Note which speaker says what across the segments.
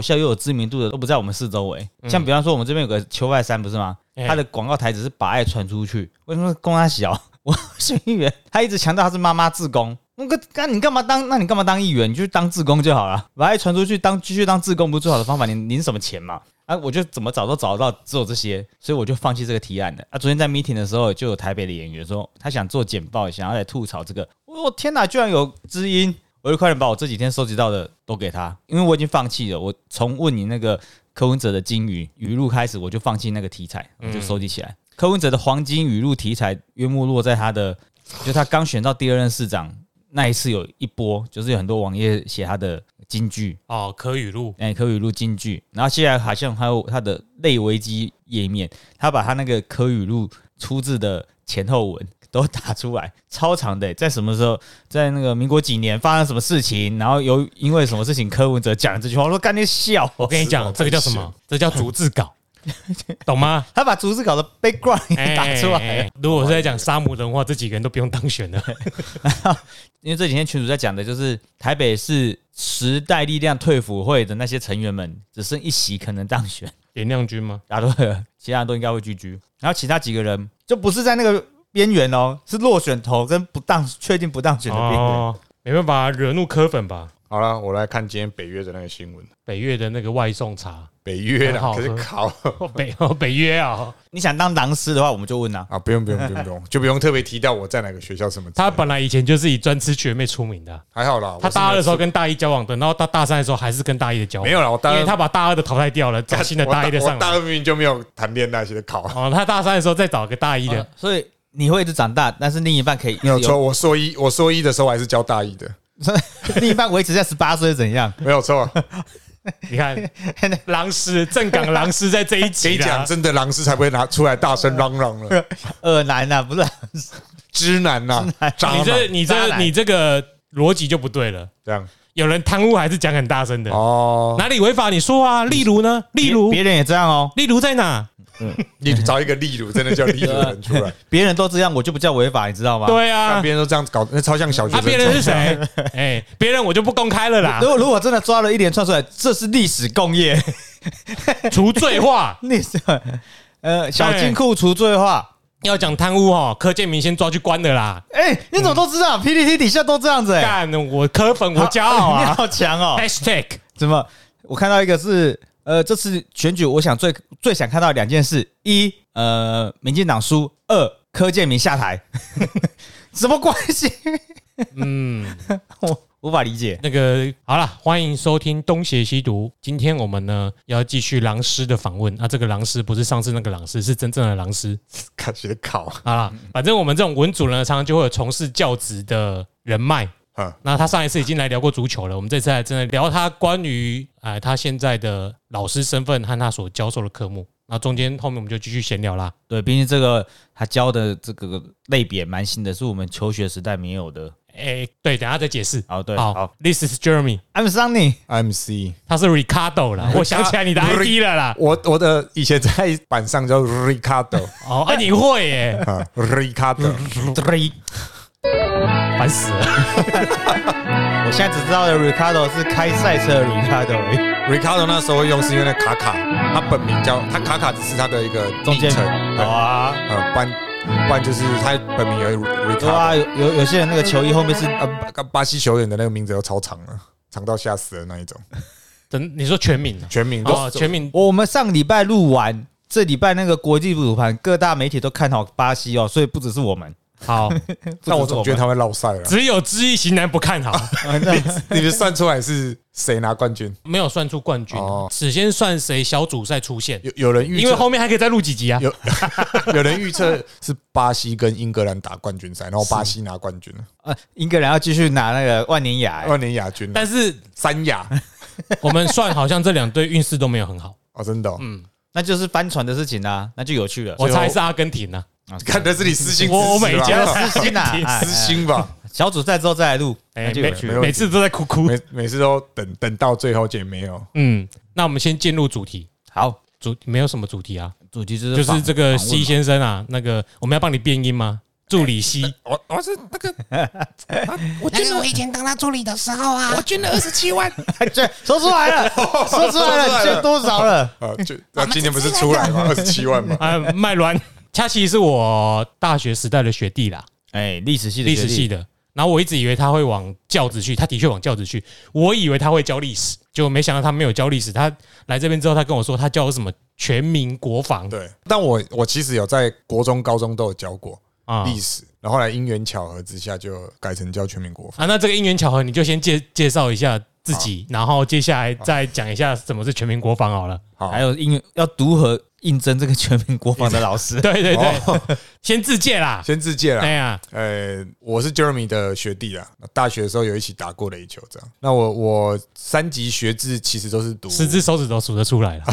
Speaker 1: 校又有知名度的都不在我们四周围。像比方说，我们这边有个球外山，不是吗？
Speaker 2: 哎
Speaker 1: 它的广告台只是把爱传出去，为什么公他小？ 我选议员，他一直强调他是妈妈自工。那个，那你干嘛当？那你干嘛当议员？你就去当自工就好了。把爱传出去当继续当自工不是最好的方法？你领什么钱嘛？啊，我就怎么找都找得到，只有这些，所以我就放弃这个提案了。啊，昨天在 meeting 的时候，就有台北的演员说他想做简报，想要来吐槽这个。我、哦、天哪，居然有知音！我就快点把我这几天收集到的都给他，因为我已经放弃了。我从问你那个柯文哲的金鱼语录开始，我就放弃那个题材，我就收集起来。柯文哲的黄金语录题材约莫落在他的，就他刚选到第二任市长那一次有一波，就是有很多网页写他的金句，
Speaker 2: 哦，柯语录，
Speaker 1: 哎、柯语录金句，然后现在好像还有他的类维基页面，他把他那个柯语录出自的前后文都打出来，超长的、在什么时候，在那个民国几年发生什么事情，然后由因为什么事情，柯文哲讲了这句话，我说干你笑哦、
Speaker 2: 我跟你讲，这个叫什么？这叫逐字稿，懂 吗？
Speaker 1: 他把竹子搞的 background 也打出来了。
Speaker 2: 哎哎哎如果是在讲杀魔人的话，这几个人都不用当选 了。
Speaker 1: 因为这几天群主在讲的就是台北市时代力量退辅会的那些成员们，只剩一席可能当选，
Speaker 2: 颜亮君吗？
Speaker 1: 答啊对 了，其他人都应该会聚居。然后其他几个人就不是在那个边缘哦，是落选头跟不当确定不当选的边缘。
Speaker 2: 哦，没办法，惹怒柯粉吧。
Speaker 3: 好了，我来看今天北约的那个新闻。
Speaker 2: 北越的那个外送茶，
Speaker 3: 北约
Speaker 2: 很好
Speaker 3: 啦，
Speaker 2: 喝
Speaker 3: 可是考
Speaker 2: 哦北哦北约啊，
Speaker 1: 你想当狼师的话，我们就问啊，
Speaker 3: 啊，不用不用不 用不用，就不用特别提到我在哪个学校什么之类
Speaker 2: 他
Speaker 3: 的。
Speaker 2: 本来以前就是以专吃学妹出名的啊，
Speaker 3: 还好啦，
Speaker 2: 他
Speaker 3: 我是没
Speaker 2: 大
Speaker 3: 有
Speaker 2: 二的时候
Speaker 3: 吃
Speaker 2: 跟大一交往的，然后到大三的时候还是跟大一的交往，
Speaker 3: 没有啦，我大
Speaker 2: 因
Speaker 3: 二
Speaker 2: 为他把大二的淘汰掉了，找新的
Speaker 3: 我
Speaker 2: 大一的
Speaker 3: 我
Speaker 2: 上
Speaker 3: 大
Speaker 2: 来。
Speaker 3: 二明明就没有谈恋爱，现在考。
Speaker 2: 哦，他大三的时候再找个大一的
Speaker 1: 呃，所以你会一直长大，但是另一半可以一直
Speaker 3: 没有错，，我硕一我硕一的时候还是教大一的，
Speaker 1: 另一半维持在十八岁是怎样？
Speaker 3: 没有 错。
Speaker 2: 你 看狼师正港狼师在这一
Speaker 3: 跟
Speaker 2: 集
Speaker 3: 你讲，
Speaker 2: 啦，
Speaker 3: 真的狼师才不会拿出来大声嚷嚷 了，
Speaker 1: 二男啊，不是
Speaker 3: 知啊男呐，渣
Speaker 2: 你
Speaker 3: 男
Speaker 2: 这你
Speaker 1: 渣
Speaker 2: 这
Speaker 1: 男
Speaker 2: 你这个逻辑就不对了。
Speaker 3: 这样
Speaker 2: 有人贪污还是讲很大声的，
Speaker 3: 哦。
Speaker 2: 哪里违法？你说啊，例如呢？例如，
Speaker 1: 别人也这样哦，
Speaker 2: 例如在哪？
Speaker 3: 例如找一个例如，真的叫例如的人出来，
Speaker 1: 别人都这样，我就不叫违法，你知道吗？
Speaker 2: 对
Speaker 3: 但
Speaker 2: 啊，
Speaker 3: 别人都这样子搞，那超像小学
Speaker 2: 啊，
Speaker 3: 生。
Speaker 2: 别人是谁？哎，别人我就不公开了啦
Speaker 1: 如，果如果真的抓了一连串出来，这是历史工业，
Speaker 2: 除罪化。
Speaker 1: 历史呃小金库除罪化。
Speaker 2: 要讲贪污哦，柯建明先抓去关的啦。
Speaker 1: 哎、你怎么都知道、p d t 底下都这样子哎、
Speaker 2: 嗯干，我柯粉我骄 傲
Speaker 1: 你
Speaker 2: 啊。
Speaker 1: 好强 哦、
Speaker 2: Hashtag
Speaker 1: 怎么？我看到一个是呃，这次选举我想最最想看到两件事：一，呃，民进党输；二，柯建明下台。 什么关系？
Speaker 2: 嗯，
Speaker 1: 我无法理解。
Speaker 2: 那个好了，欢迎收听《东邪西毒》。今天我们呢要继续狼师的访问。那、啊这个狼师不是上次那个狼师，是真正的狼师。
Speaker 3: 看谁考？
Speaker 2: 好啦，反正我们这种文主人呢，常常就会有从事教职的人脉。
Speaker 3: 嗯
Speaker 2: 那他上一次已经来聊过足球了，我们这次来真的聊他关于哎、他现在的老师身份和他所教授的科目。那中间后面我们就继续闲聊啦。
Speaker 1: 对，毕竟这个他教的这个类别蛮新的，是我们求学时代没有的。哦
Speaker 2: 哎、对，等一下再解释。
Speaker 1: 好，对，
Speaker 2: 好
Speaker 1: 好
Speaker 2: t h i s is Jeremy，
Speaker 1: ，I'm Sunny。
Speaker 3: MC，
Speaker 2: 他是 Ricardo 啦，我想起来你的 ID 了啦。
Speaker 3: 我我的以前在板上叫 Ricardo
Speaker 2: 哦，哎、你会耶、
Speaker 3: 啊，Ricardo，
Speaker 1: 对，
Speaker 2: 烦死了。
Speaker 1: 我现在只知道的 Ricardo 是开赛车的 Ricardo 而已。
Speaker 3: Ricardo 那时候用是因为那卡卡，他本名叫他卡卡只是他的一个
Speaker 1: 中间
Speaker 3: 昵称对
Speaker 1: 哇
Speaker 3: 呃，不然不然就是他本名有
Speaker 1: 哇，
Speaker 3: Ricardo，
Speaker 1: 有有有些人那个球衣后面是
Speaker 3: 呃，巴巴西球员的那个名字都超长了，长到吓死人那一种，
Speaker 2: 等你说全名啊？
Speaker 3: 全名都
Speaker 2: 哦，全名
Speaker 1: 我们上礼拜录完，这礼拜那个国际足盘，各大媒体都看好巴西哦，所以不只是我们，
Speaker 2: 好，
Speaker 3: 但我总觉得
Speaker 1: 得
Speaker 3: 他会落赛 了。
Speaker 2: 只有知易行难不看好，
Speaker 1: 哦
Speaker 3: 你们算出来是谁拿冠军？
Speaker 2: 没有算出冠军
Speaker 3: 哦，
Speaker 2: 只先算谁小组赛出现，
Speaker 3: 有 有人预测，
Speaker 2: 因为后面还可以再录几集啊。
Speaker 3: 有有人预测是巴西跟英格兰打冠军赛，然后巴西拿冠军了，
Speaker 1: 呃，英格兰要继续拿那个万年亚、欸
Speaker 3: 万年亚军了，
Speaker 2: 但是
Speaker 3: 三 亚
Speaker 2: 我们算好像这两队运势都没有很 好，
Speaker 3: 哦，真的哦，
Speaker 1: 那就是帆船的事情啦、那就有趣了。
Speaker 2: 我猜是阿根廷啊。
Speaker 1: 啊
Speaker 3: 看的是你私心支持吧，
Speaker 2: 我我每家都
Speaker 1: 私心啊，哎
Speaker 3: 私心吧，
Speaker 1: 小组赛之后再来录，那
Speaker 2: 哎，
Speaker 1: 就
Speaker 2: 每
Speaker 1: 有趣
Speaker 3: 没
Speaker 1: 了。
Speaker 3: 有
Speaker 2: 每次都在哭哭。
Speaker 3: 每每次都等等到最后姐没有，
Speaker 2: 嗯，那我们先进入主题，
Speaker 1: 好，
Speaker 2: 主没有什么主题啊，
Speaker 1: 主题就是
Speaker 2: 就是这个
Speaker 1: 访问
Speaker 2: C 先生啊，那个我们要帮你变音吗？助理 西，
Speaker 3: 我我是那 个，我
Speaker 4: 那是我以前当他助理的时候啊，
Speaker 3: 捐了二十七万，
Speaker 1: 对，说出来 了，说出来了，捐多少了？
Speaker 3: 啊，就那今年不是出来吗？二十七万 嘛，
Speaker 2: 啊，麦伦，佳琪是我大学时代的学弟啦，
Speaker 1: 哎，历史系的
Speaker 2: 历
Speaker 1: 学弟
Speaker 2: 史系的。然后我一直以为他会往教职去，他的确往教职去。我以为他会教历史，结果没想到他没有教历史。他来这边之后，他跟我说他教什么全民国防
Speaker 3: 对。但我我其实有在国中、高中都有教过
Speaker 2: 啊
Speaker 3: 历史，然后后来因缘巧合之下就改成教全民国防。
Speaker 2: 啊。那这个因缘巧合，你就先介介绍一下自己，然后接下来再讲一下什么是全民国防好了。
Speaker 3: 好，
Speaker 1: 还有应要如何应征这个全民国防的老师？
Speaker 2: 对对对，先自介啦。
Speaker 3: 哦先自荐啦
Speaker 2: 哎。呀，
Speaker 3: 呃，我是 Jeremy 的学弟啦，大学的时候有一起打过垒球，这样。那我我三级学制其实都是读，
Speaker 2: 十只手指头数得出来 了，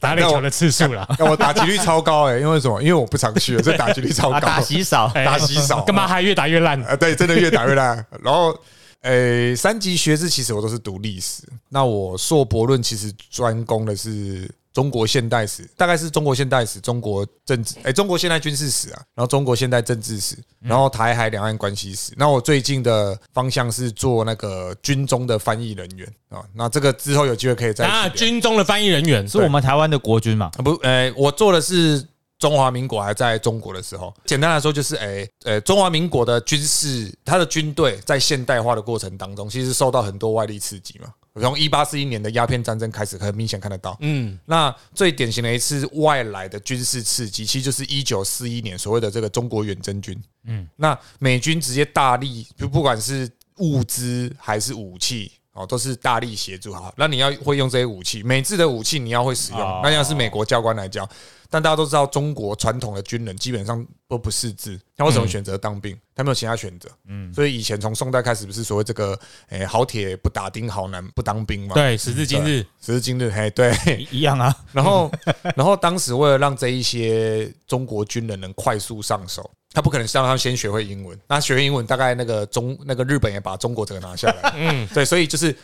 Speaker 2: 打垒球的次数啦。
Speaker 3: 那我打击率超高哎、因为什么？因为我不常去，所以打击率超
Speaker 1: 啊，
Speaker 3: 高，
Speaker 1: 打洗少，
Speaker 2: 哎
Speaker 3: 打洗少，
Speaker 2: 干嘛还越打越烂？
Speaker 3: 啊，对，真的越打越烂。 然后，诶、三级学制其实我都是读历史，那我硕博论其实专攻的是中国现代史，大概是中国现代史、中国政治，诶、中国现代军事史啊，然后中国现代政治史，然后台海两岸关系史。那我最近的方向是做那个军中的翻译人员啊，那这个之后有机会可以再
Speaker 2: 啊，
Speaker 3: 去聊
Speaker 2: 军中的翻译人员
Speaker 1: 是我们台湾的国军嘛？
Speaker 3: 啊，不，呃，我做的是中华民国还在中国的时候。简单来说，就是，诶，呃，中华民国的军事，它的军队在现代化的过程当中，其实受到很多外力刺激嘛。从一八四一年的鸦片战争开始，很明显看得到。
Speaker 2: 嗯，
Speaker 3: 那最典型的一次外来的军事刺激，其实就是一九四一年所谓的这个中国远征军。嗯，那美军直接大力，就不管是物资还是武器。哦，都是大力协助好，那你要会用这些武器，美制的武器你要会使用，
Speaker 1: 哦
Speaker 3: 那要是美国教官来教。但大家都知道，中国传统的军人基本上都不识字，他为什么选择当兵？他没有其他选择。嗯，所以以前从宋代开始，不是所谓这个“诶、好铁不打钉，好男不当兵”嘛？，
Speaker 2: 对，时至今日，
Speaker 3: 时至今日，嘿，对，
Speaker 1: 一一样啊，
Speaker 3: 然后，然后当时为了让这一些中国军人能快速上手，他不可能让他们先学会英文。那学会英文，大概那个中那个日本也把中国整个拿下来。嗯，对，所以就是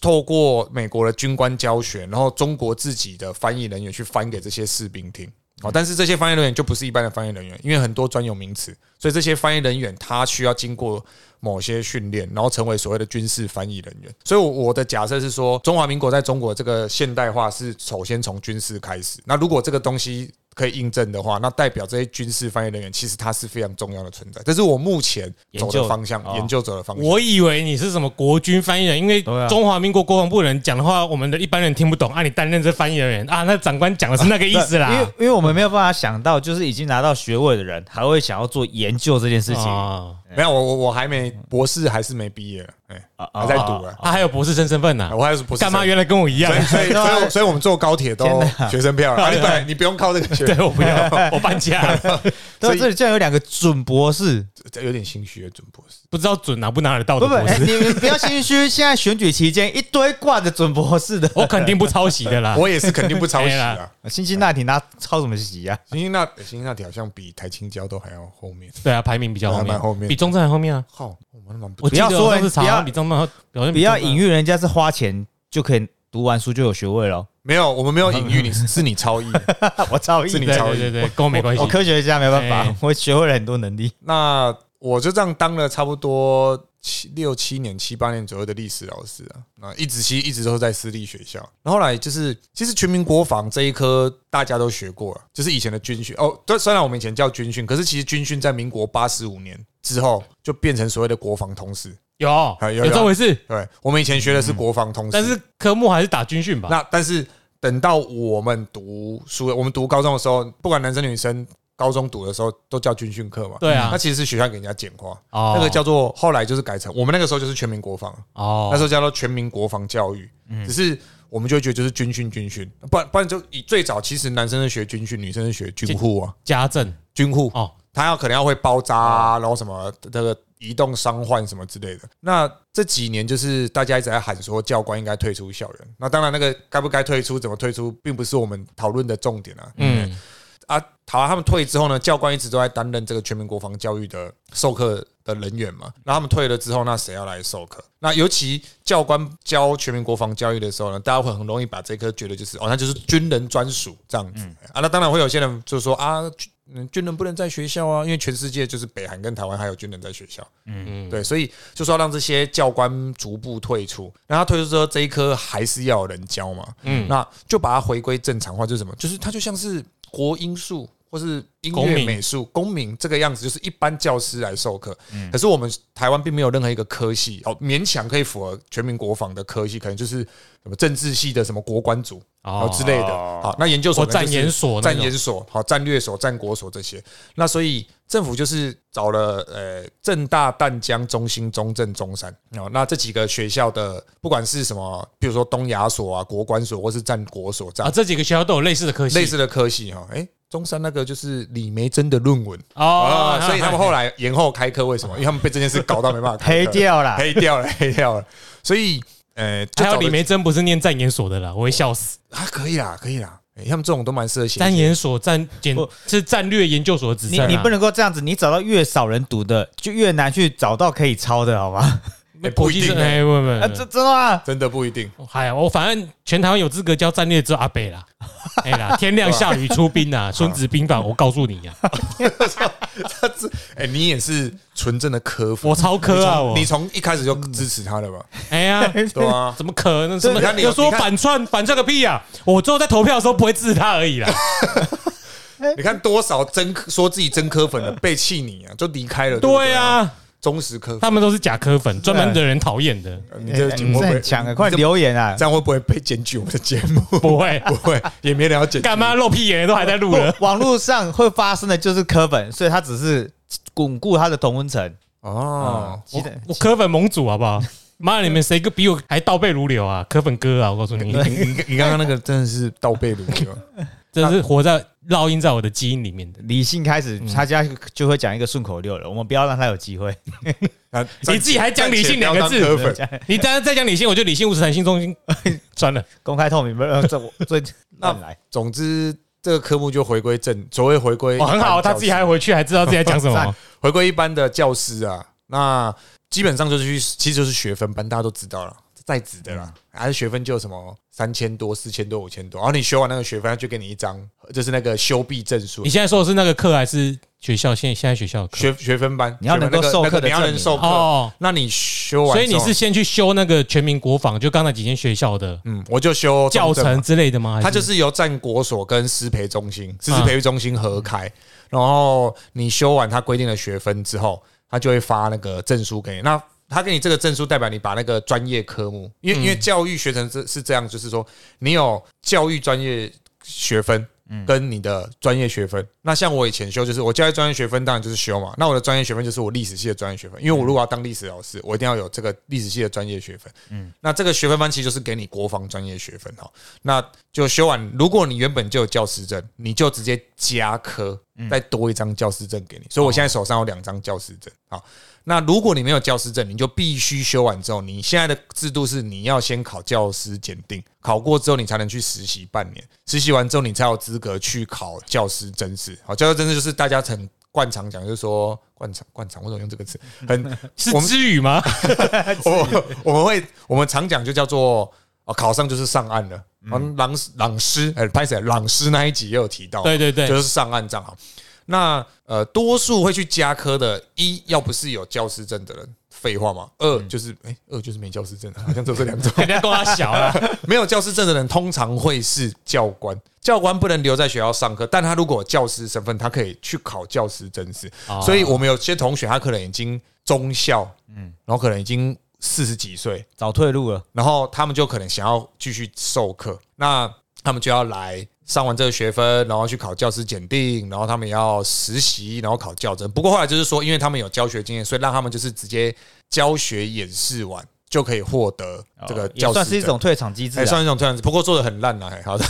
Speaker 3: 透过美国的军官教学，然后中国自己的翻译人员去翻给这些士兵听。哦，但是这些翻译人员就不是一般的翻译人员，因为很多专有名词，所以这些翻译人员他需要经过某些训练，然后成为所谓的军事翻译人员。所以我，我的假设是说，中华民国在中国这个现代化是首先从军事开始。那如果这个东西可以印证的话，那代表这些军事翻译人员其实它是非常重要的存在。这是我目前
Speaker 1: 研
Speaker 3: 走的
Speaker 1: 究
Speaker 3: 方向，
Speaker 1: 哦
Speaker 3: 研究者的方向。
Speaker 2: 我以为你是什么国军翻译人，因为
Speaker 1: 对啊
Speaker 2: 中华民国国防部人讲的话，我们的一般人听不懂啊。你担任这翻译人员啊，那长官讲的是那个意
Speaker 1: 因
Speaker 2: 思
Speaker 1: 为
Speaker 2: 啦。
Speaker 1: 因为我们没有办法想到，就是已经拿到学位的人，还会想要做研究这件事情啊
Speaker 2: 啊，
Speaker 3: 没有，我我我还没博士，还是没毕业，哎、
Speaker 1: 啊
Speaker 3: 还在读啊。哎
Speaker 2: 他还有博士生身份呢，
Speaker 3: 我还是博士
Speaker 2: 哦干嘛
Speaker 3: 生
Speaker 2: 原来跟我一样
Speaker 3: 所？以所以
Speaker 1: 对啊
Speaker 3: 所以所以我们坐高铁都
Speaker 1: 天哪
Speaker 3: 学生票了，啊你本来你不用靠这个 学
Speaker 2: 对，我不要，我搬家，
Speaker 1: 对啊，
Speaker 3: 所以
Speaker 1: 这里竟然有两个准博士，
Speaker 3: 这有点心虚，啊准博士。
Speaker 2: 不知道准拿不拿得到
Speaker 1: 不
Speaker 2: 的
Speaker 1: 不，
Speaker 2: 博
Speaker 1: 哎
Speaker 2: 士，
Speaker 1: 你们不要心虚，现在选举期间一堆挂着准博士 的，
Speaker 2: 我肯定不抄袭的啦。
Speaker 3: 我也是肯定不抄袭
Speaker 2: 哎
Speaker 3: 啊
Speaker 1: 哦
Speaker 2: 呀。
Speaker 1: 辛辛那提拿抄什么袭啊？
Speaker 3: 星星那星星那条好像比台青交都还要后面，
Speaker 2: 对啊，排名比较后
Speaker 3: 还蛮
Speaker 2: 面，
Speaker 3: 后面
Speaker 2: 比中正还后面啊。
Speaker 3: 靠，我们蛮不
Speaker 2: 我记得
Speaker 1: 不要说
Speaker 2: 我上次
Speaker 1: 不
Speaker 2: 查
Speaker 1: 要
Speaker 2: 比中正好好像
Speaker 1: 不
Speaker 2: 比中正
Speaker 1: 要隐喻人家是花钱就可以读完书就有学位了，
Speaker 3: 没有，我们没有隐喻你， 是是你超意。
Speaker 1: 我超意
Speaker 3: 是你
Speaker 2: 对
Speaker 3: 超
Speaker 2: 对对对，跟我没关系
Speaker 1: 我。科学家没办法
Speaker 2: 哎，
Speaker 1: 我学会了很多能力。
Speaker 3: 那我就这样当了差不多七六七年、七八年左右的历史老师啊，那一直其实一直都在私立学校。然后后来就是，其实全民国防这一科大家都学过了，就是以前的军训哦。对，虽然我们以前叫军训，可是其实军训在民国八十五年之后就变成所谓的国防通识。
Speaker 2: 有
Speaker 3: 哎有
Speaker 2: 有这
Speaker 3: 有
Speaker 2: 回事，
Speaker 3: 对，我们以前学的是国防通识，
Speaker 2: 但是科目还是打军训吧。
Speaker 3: 那但是等到我们读书，我们读高中的时候，不管男生女生，高中读的时候都叫军训课嘛。
Speaker 2: 对啊
Speaker 3: 那其实是学校给人家简化，
Speaker 2: 哦
Speaker 3: 那个叫做后来就是改成我们那个时候就是全民国防，
Speaker 2: 哦，
Speaker 3: 那时候叫做全民国防教育，只是。我们就会觉得就是军训，军训，不然不然就以最早其实男生是学军训，女生是学军护啊，
Speaker 2: 家政
Speaker 3: 军护
Speaker 2: 哦，
Speaker 3: 他要可能要会包扎、啊，然后什么这个移动伤患什么之类的。那这几年就是大家一直在喊说教官应该退出校园，那当然那个该不该退出、怎么退出，并不是我们讨论的重点啊。
Speaker 2: 嗯，
Speaker 3: 啊，好啊，他们退之后呢，教官一直都在担任这个全民国防教育的授课的人员嘛。那他们退了之后，那谁要来授课？那尤其教官教全民国防教育的时候呢，大家会很容易把这科觉得就是哦，那就是军人专属这样子、啊。那当然会有些人就说啊，军嗯，军人不能在学校啊，因为全世界就是北韩跟台湾还有军人在学校，嗯嗯，对，所以就是要让这些教官逐步退出。那他退出之后，这一科还是要有人教嘛，嗯，那就把它回归正常化，就是什么？就是它就像是国英数或是音
Speaker 2: 公
Speaker 3: 乐
Speaker 2: 民嗯
Speaker 3: 美术、公民这个样子，就是一般教师来授课。可是我们台湾并没有任何一个科系哦，勉强可以符合全民国防的科系，可能就是什么政治系的什么国关组哦之类的。好，那研究所
Speaker 2: 或战研所那
Speaker 3: 战
Speaker 2: 种
Speaker 3: 研所、好战略所、战国所这些。那所以政府就是找了呃正大、淡江、中兴、中正、中山哦，那这几个学校的不管是什么，比如说东亚所啊、国关所或是战国所这
Speaker 2: 啊，
Speaker 3: 样
Speaker 2: 这几个学校都有类似的科系，
Speaker 3: 类似的科系哈，哎、中山那个就是李梅珍的论文
Speaker 2: 哦
Speaker 3: 啊，， 所以他们后来延后开课，为什么？因为他们被这件事搞到没办法开
Speaker 1: 黑
Speaker 3: 课，
Speaker 1: 掉 啦。
Speaker 3: 黑掉了，黑掉了。所以，呃，就
Speaker 2: 还有
Speaker 3: 找
Speaker 2: 李
Speaker 3: 了
Speaker 2: 梅珍不是念战研所的啦，我会笑死。
Speaker 3: 啊，可以啦，可以啦，哎他们这种都蛮适合写一些。
Speaker 2: 战研所战简
Speaker 1: 不
Speaker 2: 是战略研究所的职
Speaker 1: 你
Speaker 2: 称啊，
Speaker 1: 你不能够这样子，你找到越少人读的，就越难去找到可以抄的，好吗？
Speaker 3: 哎
Speaker 2: 国
Speaker 3: 不一
Speaker 2: 际
Speaker 3: 定
Speaker 2: 生，
Speaker 3: 欸，
Speaker 2: 哎，不
Speaker 1: 啊，
Speaker 2: 不
Speaker 1: 这 真的吗？
Speaker 3: 真的不一定。
Speaker 2: 不，哎呀，我反正全台湾有资格教战略只有阿北 啦，哎啦，天亮下雨出兵啊，《孙子兵法》我告诉你啊 呀，
Speaker 3: 他这，哎，你也是纯正的科粉
Speaker 2: 我超科啊我
Speaker 3: 你，从一开始就支持他了吧？
Speaker 2: 哎 呀，
Speaker 3: 对啊，
Speaker 2: 怎么可能？什么
Speaker 3: 你看你有
Speaker 2: 有说
Speaker 3: 你看
Speaker 2: 反串反串个屁呀！我最后在投票的时候不会支持他而已啦，
Speaker 3: 你看多少真科说自己真科粉的背弃你啊，就离开了。不
Speaker 2: 对啊，
Speaker 3: 忠实科粉，
Speaker 2: 他们都是假科粉，专门惹人讨厌的，
Speaker 3: 呃你这
Speaker 1: 哎
Speaker 3: 节
Speaker 1: 你
Speaker 3: 目
Speaker 1: 是
Speaker 3: 会不会
Speaker 1: 很强啊！快
Speaker 3: 你这
Speaker 1: 留言啊！
Speaker 3: 这样会不会被检举我们的节目？
Speaker 2: 不会
Speaker 3: 不会，也没人要检举。
Speaker 2: 干嘛露屁眼都还在录
Speaker 3: 哦
Speaker 2: 了，
Speaker 1: 不网络上会发生的就是科本，所以他只是巩固他的同温层。
Speaker 2: 啊
Speaker 3: 哦，
Speaker 1: 其实
Speaker 2: 我科粉盟主好不好？妈，你们谁个比我还倒背如流啊？科粉哥啊，我告诉你
Speaker 3: 你，你你刚刚那个真的是倒背如流，
Speaker 2: 这是活在烙印在我的基因里面的。
Speaker 1: 理性开
Speaker 3: 嗯
Speaker 1: 始，他家就会讲一个顺口溜了。我们不要让他有机 会。
Speaker 3: 啊
Speaker 2: 你自己还讲理性两个字
Speaker 3: 暂且不要当科粉
Speaker 2: 你当然再讲理性，我就理性务实谈心中心，算 了。
Speaker 1: 公开透明，不是这我最
Speaker 3: 那
Speaker 1: 乱 来。
Speaker 3: 总之，这个科目就回归正，所谓回归
Speaker 2: 哦，很好，他自己还回去，还知道自己在讲什 么。
Speaker 3: 回归一般的教师啊。那基本上就是去，其实就是学分班，大家都知道了，在职的啦，还是学分就有什么三千多、四千多、五千多，然后你学完那个学分，他就给你一张，就是那个修毕证书
Speaker 2: 你。现在说的是那个课还是学校？现在现在学校的课
Speaker 3: 学学分班，
Speaker 1: 你要能够
Speaker 3: 学分那个
Speaker 1: 授课
Speaker 3: 那个
Speaker 1: 的
Speaker 3: 你要
Speaker 1: 证
Speaker 3: 能
Speaker 1: 明
Speaker 3: 授课。
Speaker 2: 哦，
Speaker 3: 那你修完
Speaker 2: 所
Speaker 3: 之后，
Speaker 2: 以你是先去修那个全民国防，就刚才几间学校的
Speaker 3: 嗯，我就修
Speaker 2: 教
Speaker 3: 中正嘛
Speaker 2: 程之类的吗？还
Speaker 3: 它就是由战国所跟师培中心、师资培育中心合开，然后你修完它规定的学分之后，它就会发那个证书给你。那他给你这个证书，代表你把那个专业科目，因为因为教育学成是是这样，就是说你有教育专业学分。跟你的专业学分，那像我以前修就是我教育专业学分，当然就是修嘛。那我的专业学分就是我历史系的专业学分，因为我如果要当历史老师，我一定要有这个历史系的专业学分。嗯，那这个学分班其实就是给你国防专业学分哦。那就修完，如果你原本就有教师证，你就直接加科，再多一张教师证给你。所以我现在手上有两张教师证。好，那如果你没有教师证，你就必须修完之后，你现在的制度是你要先考教师检定，考过之后你才能去实习半年，实习完之后你才有资格去考教师真试。好，教师真试就是大家很惯常讲，就是说惯常惯常，为什么用这个词？很
Speaker 2: 是
Speaker 3: 我们
Speaker 2: 之语吗？
Speaker 3: 我我们会我们常讲就叫做哦，考上就是上岸了。嗯，朗朗师哎，拍谁？朗师那一集也有提到，
Speaker 2: 对对对
Speaker 3: 哦就是上岸账号。那呃，多数会去加科的，一要不是有教师证的人，废话嘛；二
Speaker 2: 嗯
Speaker 3: 就是哎、二就是没教师证，好像只有这两种。
Speaker 2: 人家跟他小啦，
Speaker 3: 没有教师证的人通常会是教官，教官不能留在学校上课，但他如果有教师身份，他可以去考教师真试。
Speaker 2: 哦
Speaker 3: 所以我们有些同学他可能已经中校，嗯，然后可能已经四十几岁，
Speaker 1: 找退路了，
Speaker 3: 然后他们就可能想要继续授课，那他们就要来上完这个学分，然后去考教师检定，然后他们也要实习，然后考教证。不过后来就是说，因为他们有教学经验，所以让他们就是直接教学演示完就可以获得这个
Speaker 1: 哦也
Speaker 3: 教师
Speaker 1: 算是一
Speaker 3: 证
Speaker 1: 种退场机制
Speaker 3: 哎，
Speaker 1: 啊。
Speaker 3: 算一种退让，不过做的很烂了、嘿 好的，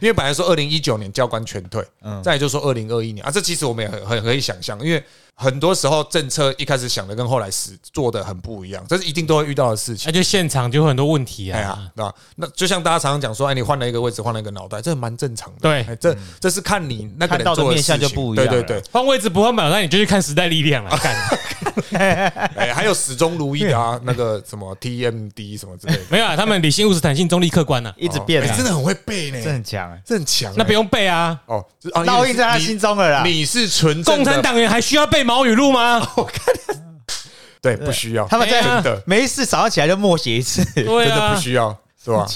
Speaker 3: 因为本来说二零一九年教官全退，
Speaker 1: 嗯
Speaker 3: 再来就说二零二一年啊，这其实我们也很很可以想象，因为很多时候政策一开始想的跟后来实做的很不一样，这是一定都会遇到的事情。
Speaker 2: 那就现场就会很多问题
Speaker 3: 哎
Speaker 2: 啊
Speaker 1: 嗯
Speaker 3: 呀。，那那就像大家常常讲说，哎，你换了一个位置，换了一个脑袋，这蛮正常的。
Speaker 2: 对
Speaker 3: 哎这这是看你那个人
Speaker 1: 嗯看到的
Speaker 3: 做
Speaker 1: 面
Speaker 3: 事
Speaker 1: 向
Speaker 3: 情
Speaker 1: 就不一样
Speaker 3: 对
Speaker 1: 了
Speaker 3: 对
Speaker 2: 换位置不换表，那你就去看时代 力量了。看，
Speaker 3: 对，哎，还有始终如一的啊，那个什么 TMD 什么么之类的。
Speaker 2: 没有啊，他们理性、务实、弹性、中立、客观呐、
Speaker 1: 一直变
Speaker 3: 哎
Speaker 1: 啊，
Speaker 3: 真的很会背呢，
Speaker 1: 这很强哎，
Speaker 3: 这很强欸。
Speaker 2: 那不用背啊。
Speaker 3: 哦，就是哦
Speaker 1: 烙印在他心啊中了啦
Speaker 3: 你。你是纯正的
Speaker 2: 共产党员还需要背毛语录吗？
Speaker 3: 对，不需要，
Speaker 1: 他们
Speaker 2: 哎呀
Speaker 1: 在
Speaker 3: 真的
Speaker 1: 没事早上起来就默写一 次，
Speaker 2: 对
Speaker 3: 真的
Speaker 2: 啊
Speaker 3: 不，需要，是吧？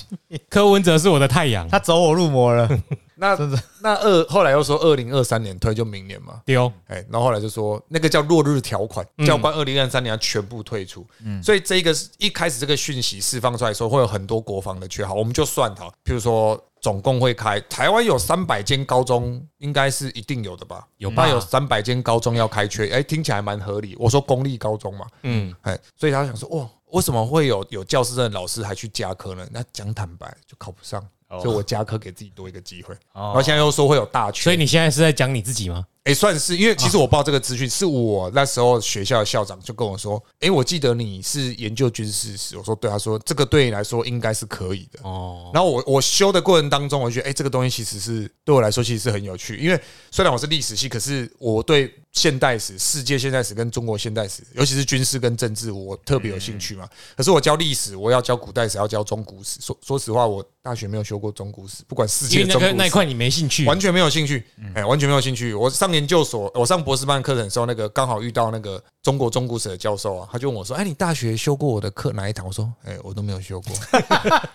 Speaker 2: 柯文哲是我的太阳，
Speaker 1: 他走火入魔了。
Speaker 3: 那
Speaker 1: 真的
Speaker 3: 那二后来又说二零二三年推就明年嘛，
Speaker 2: 丢
Speaker 3: 哎，然后后来就说那个叫落日条款，
Speaker 2: 嗯
Speaker 3: 教官二零二三年要全部退出。所以这个是一开始这个讯息释放出来的时候，会有很多国防的缺好，我们就算好，譬如说总共会开台湾有三百间高中，应该是一定有的吧？
Speaker 2: 有吧
Speaker 3: 那有三百间高中要开缺，哎，听起来蛮合理。我说公立高中嘛，
Speaker 2: 嗯，
Speaker 3: 哎，所以他想说，哇，为什么会有有教师证的老师还去加科呢？那讲坦白，就考不上。
Speaker 2: 哦
Speaker 3: 所以我加科给自己多一个机会，然后现在又说会有大缺，
Speaker 2: 所以你现在是在讲你自己吗？
Speaker 3: 哎、算是，因为
Speaker 2: 啊
Speaker 3: 其实我报这个资讯是我那时候学校的校长就跟我说，哎、我记得你是研究军事史，我说对，他说这个对你来说应该是可以的。
Speaker 2: 哦，
Speaker 3: 然后我我修的过程当中，我就觉得，哎、这个东西其实是对我来说其实是很有趣，因为虽然我是历史系，可是我对现代史、世界现代史跟中国现代史，尤其是军事跟政治，我特别有兴趣
Speaker 2: 嗯
Speaker 3: 嘛。可是我教历史，我要教古代史，要教中古史。说说实话，我大学没有修过中古史，不管世
Speaker 2: 因
Speaker 3: 界
Speaker 2: 为
Speaker 3: 中
Speaker 2: 那
Speaker 3: 古
Speaker 2: 个
Speaker 3: 史
Speaker 2: 那一块你没兴趣，
Speaker 3: 完全没有兴趣，
Speaker 2: 嗯
Speaker 3: 哎、完全没有兴趣。我上研究所，我上博士班课程的时候，那个刚好遇到那个中国中古史的教授啊，他就问我说：“哎、你大学修过我的课哪一堂？”我说：“哎、我都没有修 过，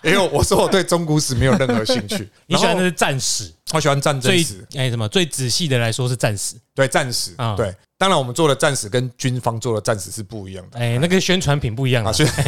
Speaker 3: 因为我说我对中古史没有任何兴趣。
Speaker 2: 你喜欢的
Speaker 3: 然后
Speaker 2: 是战史，
Speaker 3: 我喜欢战争
Speaker 2: 最
Speaker 3: 史，
Speaker 2: 哎什么最仔细的来说是战史，
Speaker 3: 对战史，
Speaker 2: 啊
Speaker 3: 对。当然，我们做的战史跟军方做的战史是不一样的
Speaker 2: 哎那个宣传品不一样
Speaker 3: 啊。
Speaker 2: 啊，
Speaker 3: 所以，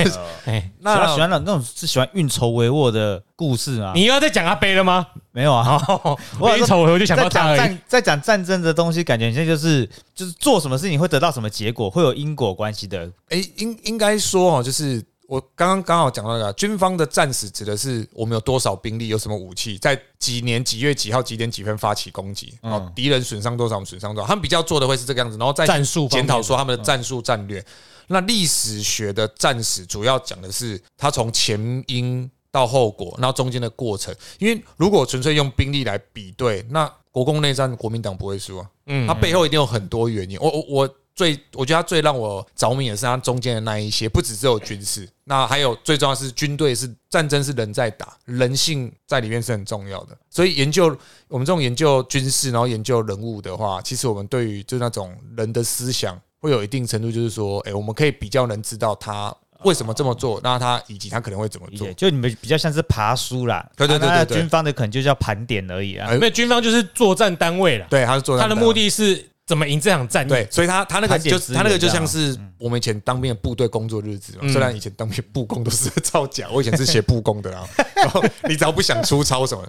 Speaker 2: 哎，
Speaker 1: 喜欢喜欢
Speaker 3: 那
Speaker 1: 那种那种是喜欢运筹帷幄的故事啊吗？
Speaker 2: 你又要再讲阿贝了吗？
Speaker 1: 没 有啊？
Speaker 2: 哦，
Speaker 1: 我
Speaker 2: 我
Speaker 1: 想
Speaker 2: 一
Speaker 1: 说
Speaker 2: 瞅我就想
Speaker 1: 在
Speaker 2: 到他
Speaker 1: 讲
Speaker 2: 而已。
Speaker 1: 战在讲战争的东西，感觉现在就是就是做什么事情会得到什么结果，会有因果关系的。
Speaker 3: 哎、应应该说哦，就是。我刚刚刚好讲到那个军方的战史，指的是我们有多少兵力，有什么武器，在几年几月几号几点几分发起攻击，
Speaker 2: 嗯
Speaker 3: 然后敌人损伤多少，我们损伤多少。他们比较做的会是这个样子，然后再
Speaker 2: 战术方面嗯
Speaker 3: 检讨说他们的战术战略。那历史学的战史主要讲的是他从前因到后果，然后中间的过程。因为如果纯粹用兵力来比对，那国共内战国民党不会输啊，
Speaker 2: 嗯
Speaker 3: 他背后一定有很多原因。我我我最我觉得他最让我着迷的是他中间的那一些，不只只有军事，那还有最重要的是军队是战争是人在打，人性在里面是很重要的。所以研究我们这种研究军事，然后研究人物的话，其实我们对于就那种人的思想会有一定程度，就是说，哎、我们可以比较能知道他为什么这么
Speaker 2: 啊
Speaker 3: 做，那他以及他可能会怎么
Speaker 1: 理
Speaker 3: 做
Speaker 1: 解，。就你们比较像是爬书啦，
Speaker 3: 对对对
Speaker 1: 啊那
Speaker 3: 对对
Speaker 1: 军方的可能就叫盘点而已啊
Speaker 3: 哎。
Speaker 2: 没有军方就是作战单位啦，
Speaker 3: 对，他是做
Speaker 2: 他的
Speaker 3: 那
Speaker 2: 目的是怎么赢这场战役。
Speaker 3: 对，所以他他那个
Speaker 1: 嗯盘点
Speaker 3: 就
Speaker 1: 资
Speaker 3: 他那个
Speaker 1: 源
Speaker 3: 就
Speaker 1: 这样啊嗯
Speaker 3: 像是我们以前当兵的部队工作日志嘛。虽然以前当兵部工都是 造假，我以前是写部工的啊。然后你只要不想出操什么，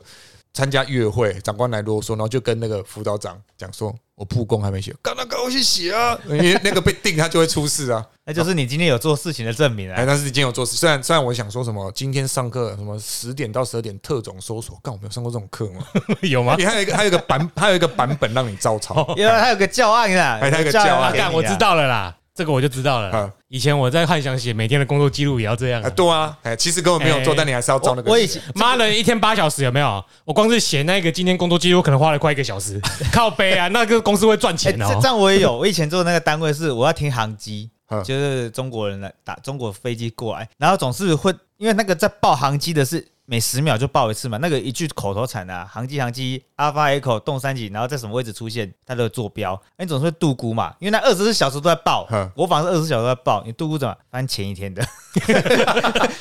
Speaker 3: 参加月会，长官来啰嗦，然后就跟那个辅导长讲说，我部工还没写，赶快赶快去写啊，因为那个被定他就会出 事啊。
Speaker 1: 那就是你今天有做事情的证明
Speaker 3: 哎，
Speaker 1: 啊。
Speaker 3: 但是你今天有做事，虽然虽然我想说什么，今天上课什么十点到十二点特种搜索，干我没有上过这种课吗？
Speaker 2: 有
Speaker 1: 啊
Speaker 2: 吗？
Speaker 3: 你还有一个还有一个版还有一个版本让你照抄，
Speaker 1: 因为他有个教案啊，
Speaker 3: 哎他有个教案
Speaker 2: 啊，
Speaker 1: 给你啊
Speaker 2: 干，我知。道了啦，这个我就知道了啦
Speaker 3: 啊
Speaker 2: 以前我在幻想写每天的工作记录也要这样
Speaker 3: 啊，
Speaker 2: 啊。
Speaker 3: 对啊，哎，其实根本没有做，
Speaker 2: 哎
Speaker 3: 但你还是要照那
Speaker 1: 我
Speaker 3: 个写。
Speaker 1: 我以前
Speaker 2: 妈的，一天八小时有没有？我光是写那个今天工作记录，可能花了快一个小时。靠背啊，那个公司会赚
Speaker 1: 哎，
Speaker 2: 钱
Speaker 1: 这这
Speaker 2: 哦。
Speaker 1: 样我也有。 我以前做的那个单位是我要停航机
Speaker 3: 嗯，
Speaker 1: 就是中国人来打中国飞机过来，然后总是会因为那个在报航机的是每十秒就报一次嘛，那个一句口头禅啊，航机航机，Alpha Echo 动三级，然后在什么位置出现，它都有坐标，哎你总是会度估嘛，因为那二十四小时都在报
Speaker 3: 嗯，
Speaker 1: 我反正二十四小时都在报，你度估怎么？翻前一 天的，
Speaker 2: 有没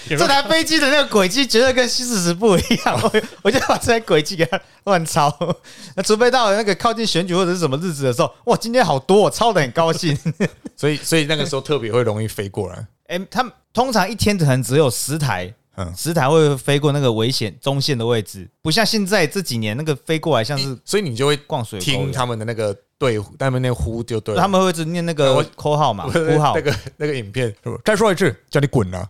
Speaker 1: 这
Speaker 2: 有
Speaker 1: 台飞机的那个轨迹绝对跟事实不一样，我我就把这台轨迹给它乱抄。 那除非到了那个靠近选举或者是什么日子的时候，哇，今天好多，我抄的很高 兴。
Speaker 3: 所以所以那个时候特别会容易飞过 来。
Speaker 1: 哎、他们通常一天可能只有十台，
Speaker 3: 嗯
Speaker 1: 十台会飞过那个危险中线的位置，不像现在这几年那个飞过来像是
Speaker 3: 所以你就会
Speaker 1: 逛水沟一样
Speaker 3: 听他们的那个对，他们那个呼就对了。
Speaker 1: 他们会一直念那
Speaker 3: 我
Speaker 1: 个扣号嘛，
Speaker 3: 我
Speaker 1: 呼号
Speaker 3: 那。个那个影片，再说一次，叫你滚啊！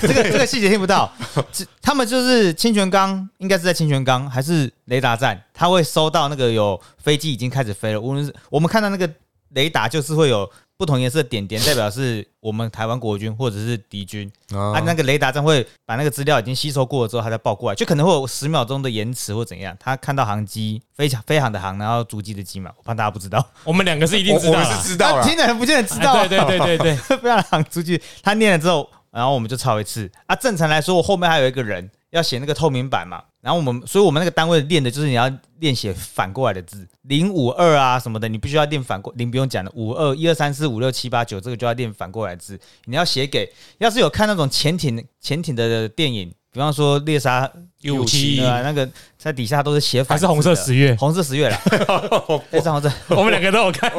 Speaker 1: 这个这个细节听不 到，这他们就是清泉岗，应该是在清泉岗还是雷达站，他会收到那个有飞机已经开始飞了，无论是我们看到那个雷达，就是会有不同颜色的点点，代表是我们台湾国军或者是敌军。啊，那个雷达站会把那个资料已经吸收过了之后，它再报过来，就可能会有十秒钟的延迟或怎样。他看到航机飞飞航的航，然后足迹的机嘛，我怕大家不 知道，
Speaker 2: 我们两个是一定
Speaker 3: 我
Speaker 2: 知
Speaker 3: 我
Speaker 2: 道
Speaker 3: 们
Speaker 2: 啦
Speaker 3: 是知道了
Speaker 1: 啊，听的人不见得知道、
Speaker 2: 哎对对对对对，
Speaker 1: 对，飞航的航出去，他念了之后，然后我们就抄一次啊。正常来说，我后面还有一个人要写那个透明版嘛，然后我们，所以我们那个单位练的就是你要练写反过来的字，零五二啊什么的，你必须要练反过，零不用讲了，五二一二三四五六七八九这个就要练反过来的字，你要写给，要是有看那种潜艇潜艇的电影。比方说猎杀
Speaker 2: 157
Speaker 1: 对啊，那个在底下都是写反
Speaker 2: 还
Speaker 1: 字
Speaker 2: 是
Speaker 1: 的，，
Speaker 2: 红色十月
Speaker 1: 红色十月 了，哎，张红色，
Speaker 2: 我们两个都有看。
Speaker 1: 啊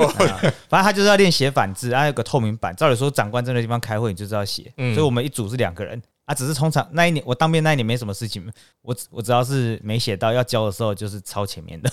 Speaker 1: 反正他就是要练写反字，啊，有个透明板。照理说，长官在那地方开会，你就知道写。
Speaker 2: 嗯
Speaker 1: 所以我们一组是两个人啊，只是通常那一年我当兵那一年没什么事情，我只我只要是没写到要交的时候，就是抄前面的。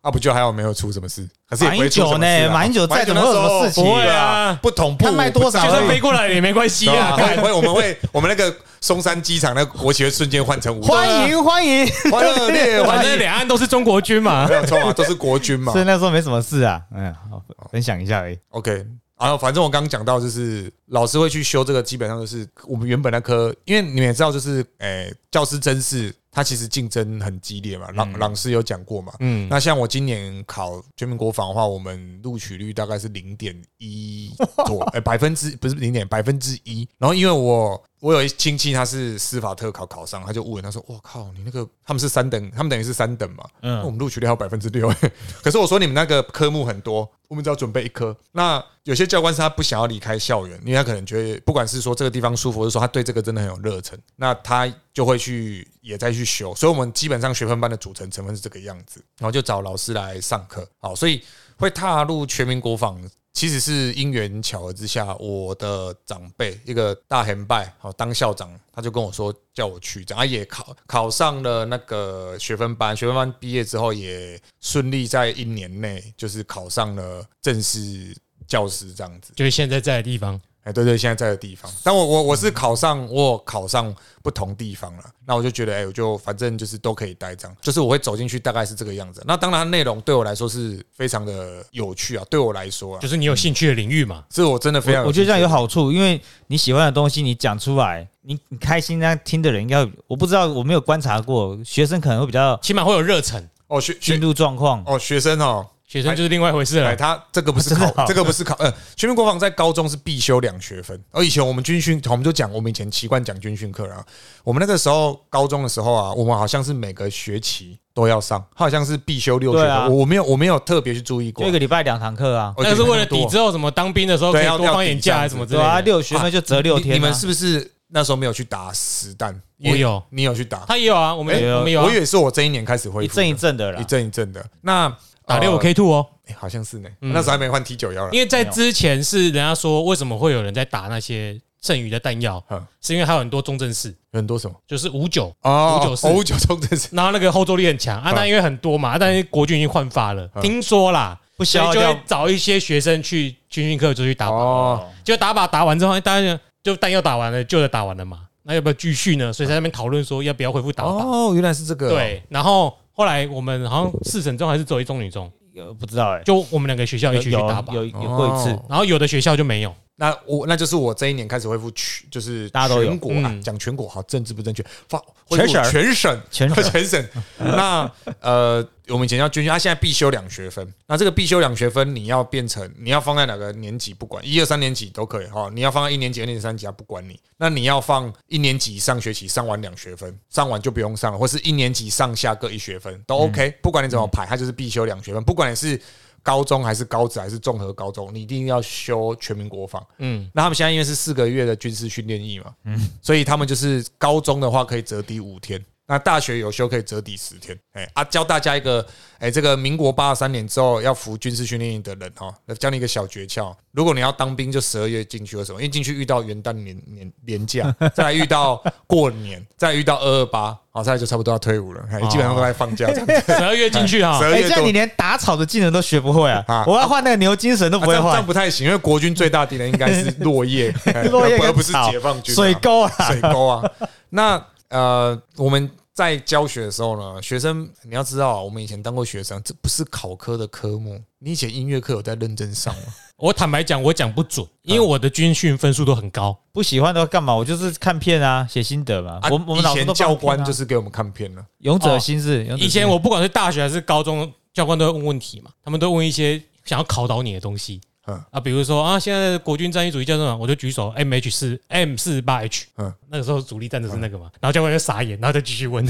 Speaker 3: 啊，不就还好没有出什么事，可是也
Speaker 1: 马
Speaker 3: 不会
Speaker 1: 英
Speaker 3: 出什
Speaker 1: 九
Speaker 3: 么事
Speaker 1: 呢？
Speaker 3: 啊。
Speaker 1: 马英九再怎么会有什么事情？
Speaker 2: 不会
Speaker 3: 对
Speaker 2: 啊
Speaker 3: 啊，不同步，
Speaker 1: 他卖多少
Speaker 2: 就
Speaker 1: 而
Speaker 2: 算
Speaker 1: 已
Speaker 2: 飞过来也没关系
Speaker 3: 对啊
Speaker 2: 啊。
Speaker 3: 会会我们会我们那个松山机场那个国旗会瞬间换成五色
Speaker 1: 欢 迎欢迎，
Speaker 3: 欢 乐烈
Speaker 2: 反
Speaker 3: 欢迎
Speaker 2: 正两岸都是中国军嘛
Speaker 3: 没。有错啊，都是国军嘛
Speaker 1: 所。以那时候没什么事啊。嗯，好，分享一下而已。
Speaker 3: OK，然后反正我刚刚讲到，就是老师会去修这个，基本上就是我们原本那科，因为你们也知道，就是诶、教师真是它其实竞争很激烈嘛。朗朗师有讲过嘛，
Speaker 2: 嗯，
Speaker 3: 那像我今年考全民国防的话，我们录取率大概是零点一左，呃，百分之不是零点百分之一。然后因为我我有一亲戚他是司法特考考上，他就问他说：“我靠，你那个他们是三等，他们等于是三等嘛？嗯，我们录取率还有百分之六。 可是我说你们那个科目很多，我们只要准备一科。那有些教官是他不想要离开校园，因为他可能觉得不管是说这个地方舒服，或者说他对这个真的很有热忱，那他就会去也在去修。所以我们基本上学分班的组成成分是这个样子，然后就找老师来上课。好，所以会踏入全民国防。其实是因缘巧合之下，我的长辈一个大贤拜，好当校长，他就跟我说叫我去，然后也考考上了那个学分班，学分班毕业之后也顺利在一年内就是考上了正式教师这样子。
Speaker 2: 就是现在在的地方，
Speaker 3: 哎，对对，现在在的地方，但我我我是考上，我有考上不同地方了，那我就觉得，哎，我就反正就是都可以待这样，就是我会走进去，大概是这个样子。那当然，内容对我来说是非常的有趣啊，对我来说啊
Speaker 2: 就，是你有兴趣的领域嘛。
Speaker 3: 这我真的非常
Speaker 1: 我我觉得这样
Speaker 3: 兴
Speaker 1: 有
Speaker 3: 趣
Speaker 1: 好处，因为你喜欢的东西你讲出来，你你开心，那听的人应该，我不知道，我没有观察过，学生可能会比较
Speaker 2: 起码会有热忱。
Speaker 3: 哦，学
Speaker 1: 进
Speaker 3: 学
Speaker 1: 入状况。
Speaker 3: 哦学生哦，
Speaker 2: 学生就是另外一回事
Speaker 3: 哎，
Speaker 2: 了。
Speaker 3: 他这个不是
Speaker 1: 真的
Speaker 3: 考，
Speaker 1: 哦
Speaker 3: 这个不是考，呃，全民国防在高中是必修两学分。哦而以前我们军训，我们就讲，我们以前习惯讲军训课啦。我们那个时候高中的时候啊，我们好像是每个学期都要上，好像是必修六学
Speaker 1: 对啊
Speaker 3: 分。我我没有我没有特别去注意过
Speaker 1: 就一，个礼拜两堂课啊，
Speaker 3: 我觉
Speaker 2: 那
Speaker 3: 得
Speaker 2: 是为了
Speaker 3: 很多
Speaker 2: 抵之后什么当兵的时候可
Speaker 3: 对
Speaker 2: 以
Speaker 3: 要
Speaker 2: 多放点
Speaker 3: 要抵这
Speaker 2: 假
Speaker 3: 样
Speaker 2: 还是什么之
Speaker 1: 对
Speaker 2: 类
Speaker 1: 啊，
Speaker 2: 的。
Speaker 1: 六学分就折六
Speaker 3: 你
Speaker 1: 天啊。
Speaker 3: 你们是不是那时候没有去打实弹？因为
Speaker 2: 我有
Speaker 3: 你有去打？
Speaker 2: 他也有啊，我们
Speaker 1: 哎
Speaker 2: 有我们有啊
Speaker 3: 我以为是我这一年开始恢
Speaker 1: 一
Speaker 3: 复的，
Speaker 1: 阵一阵的啦
Speaker 3: 一。阵一阵的。那
Speaker 2: 打六
Speaker 3: 呃
Speaker 2: K two 哦，
Speaker 3: 哎好像是呢，
Speaker 2: 嗯
Speaker 3: 那时候还没换 T 九幺了
Speaker 2: 因。为在之前是人家说为什么会有人在打那些剩余的弹药
Speaker 3: 嗯，
Speaker 2: 是因为还有很多中正式，
Speaker 3: 有很多什么
Speaker 2: 就是五九，
Speaker 3: 哦
Speaker 2: 594
Speaker 3: 五九中正是
Speaker 2: 然后那个后坐力很强啊，
Speaker 3: 嗯
Speaker 2: 但因为很多嘛，啊但是国军已经换发了，
Speaker 3: 嗯
Speaker 2: 听说啦，
Speaker 1: 不
Speaker 2: 所
Speaker 1: 消
Speaker 2: 以
Speaker 1: 耗
Speaker 2: 就
Speaker 1: 掉
Speaker 2: 会找一些学生去军训课就去打靶，
Speaker 3: 哦，
Speaker 2: 就打靶打完之后，哎当然就弹药打完了，旧的打完了嘛，那要不要继续呢？所以在那边讨论说要不要恢复打靶，
Speaker 3: 哦，原来是这个哦，
Speaker 2: 对，然后后来我们好像四省中还是走一中女中，
Speaker 1: 有不知道哎，
Speaker 2: 就我们两个学校一
Speaker 1: 有
Speaker 2: 起去打
Speaker 1: 有
Speaker 2: 靶，
Speaker 1: 有有过一次
Speaker 3: 哦，
Speaker 2: 然后有的学校就没有，
Speaker 3: 那我那就是我这一年开始恢复全，就是
Speaker 1: 大家都有
Speaker 3: 全国啊
Speaker 2: 嗯，
Speaker 3: 讲全国好，政治不正确，发恢
Speaker 1: 全
Speaker 3: 复
Speaker 1: 省
Speaker 3: 全省
Speaker 1: 全省
Speaker 3: 全 省。那呃，我们以前要军训，他现在必修两学分。那这个必修两学分，你要变成你要放在哪个年级不管，一二三年级都可以哈。你要放在一年级、二年级、三年级，他不管你。那你要放一年级上学期上完两学分，上完就不用上了，或是一年级上下各一学分都
Speaker 1: 嗯
Speaker 3: OK，不管你怎么排，它就是必修两学分，不管你是。高中还是高职还是综合高中，你一定要修全民国防。
Speaker 2: 嗯，
Speaker 3: 那他们现在因为是四个月的军事训练役嘛，嗯，所以他们就是高中的话可以折抵五天，那大学有休可以折抵十天。哎、啊，教大家一个，哎、这个民国八十三年之后要服军事训练役的人哈，那教你一个小诀窍：如果你要当兵，就十二月进去或什么，因为哎进去遇到元旦年年年假， 再来遇到过年， 再遇到二二八，好，再来就差不多要退伍了，哎、
Speaker 1: 哦
Speaker 3: 基本上都在放假这样子。
Speaker 2: 十二月进去哈
Speaker 3: 十，二
Speaker 1: 哎，
Speaker 3: 月
Speaker 1: 这样
Speaker 3: 多
Speaker 1: 你连打草的技能都学不会啊
Speaker 3: 啊！
Speaker 1: 我要换那个牛精神都
Speaker 3: 啊
Speaker 1: 不
Speaker 3: 这
Speaker 1: 会
Speaker 3: 样这
Speaker 1: 换
Speaker 3: 样，不太行，因为国军最大敌人应该是落叶，哎
Speaker 1: 落叶
Speaker 3: 而
Speaker 1: 跟
Speaker 3: 不是
Speaker 1: 草
Speaker 3: 解放军啊、
Speaker 1: 水沟 啊，
Speaker 3: 水沟啊。那呃，我们在教学的时候呢，学生你要知道啊，我们以前当过学生，这不是考科的科目。你以前音乐课有在认真上 吗？
Speaker 2: 我坦白讲，我讲不准，因为我的军训分数都很高。
Speaker 1: 不喜欢的干嘛？我就是看片啊，写心得嘛。
Speaker 3: 啊
Speaker 1: 我我们老
Speaker 3: 以
Speaker 1: 师都
Speaker 3: 前教
Speaker 1: 放片啊
Speaker 3: 官就是哦给我们看片了，
Speaker 1: 勇者心智，勇者
Speaker 2: 以
Speaker 1: 心志
Speaker 2: 前我不管是大学还是高中，教官都会问问题嘛，他们都问一些想要考倒你的东西。
Speaker 3: 嗯
Speaker 2: 啊，比如说啊，现在国军战役主义叫什么？我就举手 M H 四 M 四八 H，
Speaker 3: 嗯
Speaker 2: 嗯，那个时候主力战的是那个嘛，然后教官就傻眼，然后就继续问，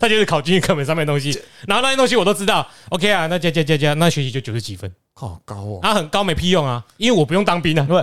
Speaker 2: 他就是考军训课本上面的东西，然后那些东西我都知道，OK 啊，那加加加加，那学习就九十几分，
Speaker 3: 好高哦，
Speaker 2: 啊，很高没屁用啊，因为我不用当兵啊，
Speaker 1: 不，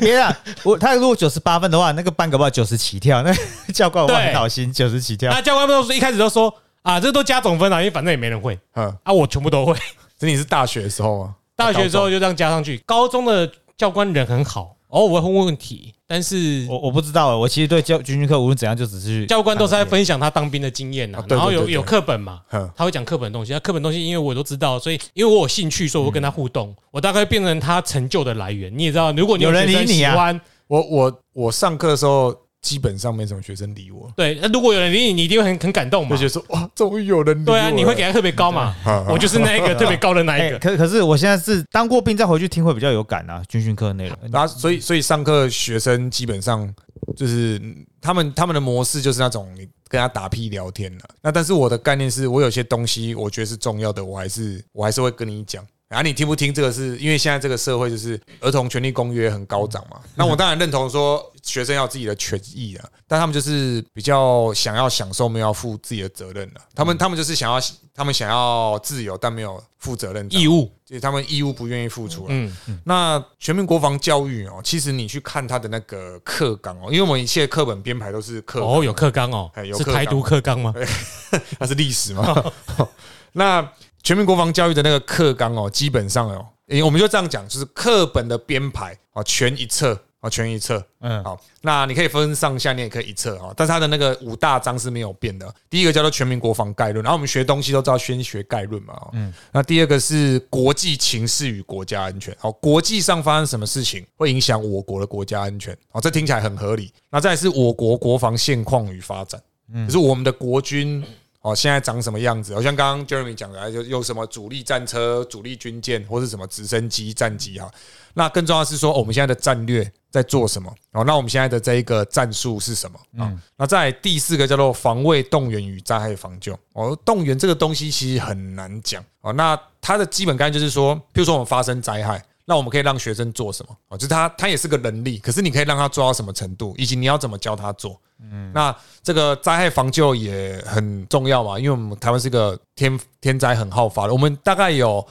Speaker 1: 别 别啊！我他如果九十八分的话，那个班搞不好九十起跳， 那个教官我很好心，九十起跳
Speaker 2: 那。教官都说一开始都说啊，这都加总分啊，因为反正也没人会
Speaker 3: 嗯，
Speaker 2: 啊，我全部都会。
Speaker 3: 这你是大学的时候啊吗？
Speaker 2: 大学之后就这样加上去。高中的教官人很好，偶尔会问问题，但是
Speaker 3: 哦
Speaker 1: 我我不知道欸，我其实对教军训课无论怎样就只是
Speaker 2: 教官都是在分享他当兵的经验
Speaker 3: 啊
Speaker 2: 呐、
Speaker 3: 对
Speaker 2: 然后
Speaker 3: 对
Speaker 2: 有
Speaker 3: 对
Speaker 2: 有
Speaker 3: 对
Speaker 2: 课本嘛
Speaker 3: 嗯，
Speaker 2: 他会讲课本的东西。那课本东西因为我都知道，所以因为我有兴趣，所以我会跟他互动，
Speaker 3: 嗯
Speaker 2: 我大概变成他成就的来源。你也知道，如果你
Speaker 1: 有人
Speaker 2: 学生
Speaker 1: 理你啊
Speaker 2: 喜欢，
Speaker 3: 我我我上课的时候基本上没什么学生理我，
Speaker 2: 对，那如果有人理你，你一定会很很感动
Speaker 3: 就
Speaker 2: 嘛
Speaker 3: 觉。得说哇，终于有人理我
Speaker 2: 对
Speaker 3: 了。
Speaker 2: 啊，你会给他特别高嘛
Speaker 3: 嗯？
Speaker 2: 我就是那一个特别高的那一
Speaker 1: 哎、
Speaker 2: 个。
Speaker 1: 可可是我现在是当过兵再回去听会比较有感啊，军训课内容。
Speaker 3: 然后所以所以上课学生基本上就是嗯他们他们的模式就是那种你跟他打屁聊天了、啊那但是我的概念是我有些东西我觉得是重要的，我还是我还是会跟你讲。然、啊、后你听不听这个是因为现在这个社会就是儿童权利公约很高涨嘛。那我当然认同说学生要有自己的权益啊，但他们就是比较想要享受，没有要负自己的责任了、他们他们就是想要他们想要自由，但没有负责任
Speaker 2: 义
Speaker 3: 务，
Speaker 2: 务，
Speaker 3: 就是他们义务不愿意付出了。
Speaker 2: 嗯，
Speaker 3: 那全民国防教育哦，其实你去看它的那个课纲哦，因为我们一切课本编排都是课纲
Speaker 2: 哦，有课纲哦
Speaker 3: 哎，有
Speaker 2: 是
Speaker 3: 课纲哎
Speaker 2: 台独课纲吗？
Speaker 3: 那是历史嘛。 那全民国防教育的那个课纲哦，基本上哦，诶我们就这样讲，就是课本的编排哦，全一册哦，全一册。
Speaker 1: 嗯，
Speaker 3: 好，那你可以分上下，你也可以一册哈，但是它的那个五大章是没有变的。第一个叫做《全民国防概论》，然后我们学东西都知道先学概论嘛，嗯，那第二个是国际情势与国家安全，好，国际上发生什么事情会影响我国的国家安全，好，这听起来很合理。那再来是我国国防现况与发展，就是我们的国军。哦，现在长什么样子？好像刚刚 Jeremy 讲的，哎就用什么主力战车、主力军舰或是什么直升机、战机哈。那更重要的是说，哦我们现在的战略在做什么？哦，那我们现在的这一个战术是什么？啊、那在第四个叫做防卫动员与灾害防救。哦，动员这个东西其实很难讲哦。那它的基本概念就是说，譬如说我们发生灾害。那我们可以让学生做什么？哦，就是他，他也是个能力，可是你可以让他做到什么程度，以及你要怎么教他做。那这个灾害防救也很重要嘛，因为我们台湾是一个天天灾很好发的，我们大概有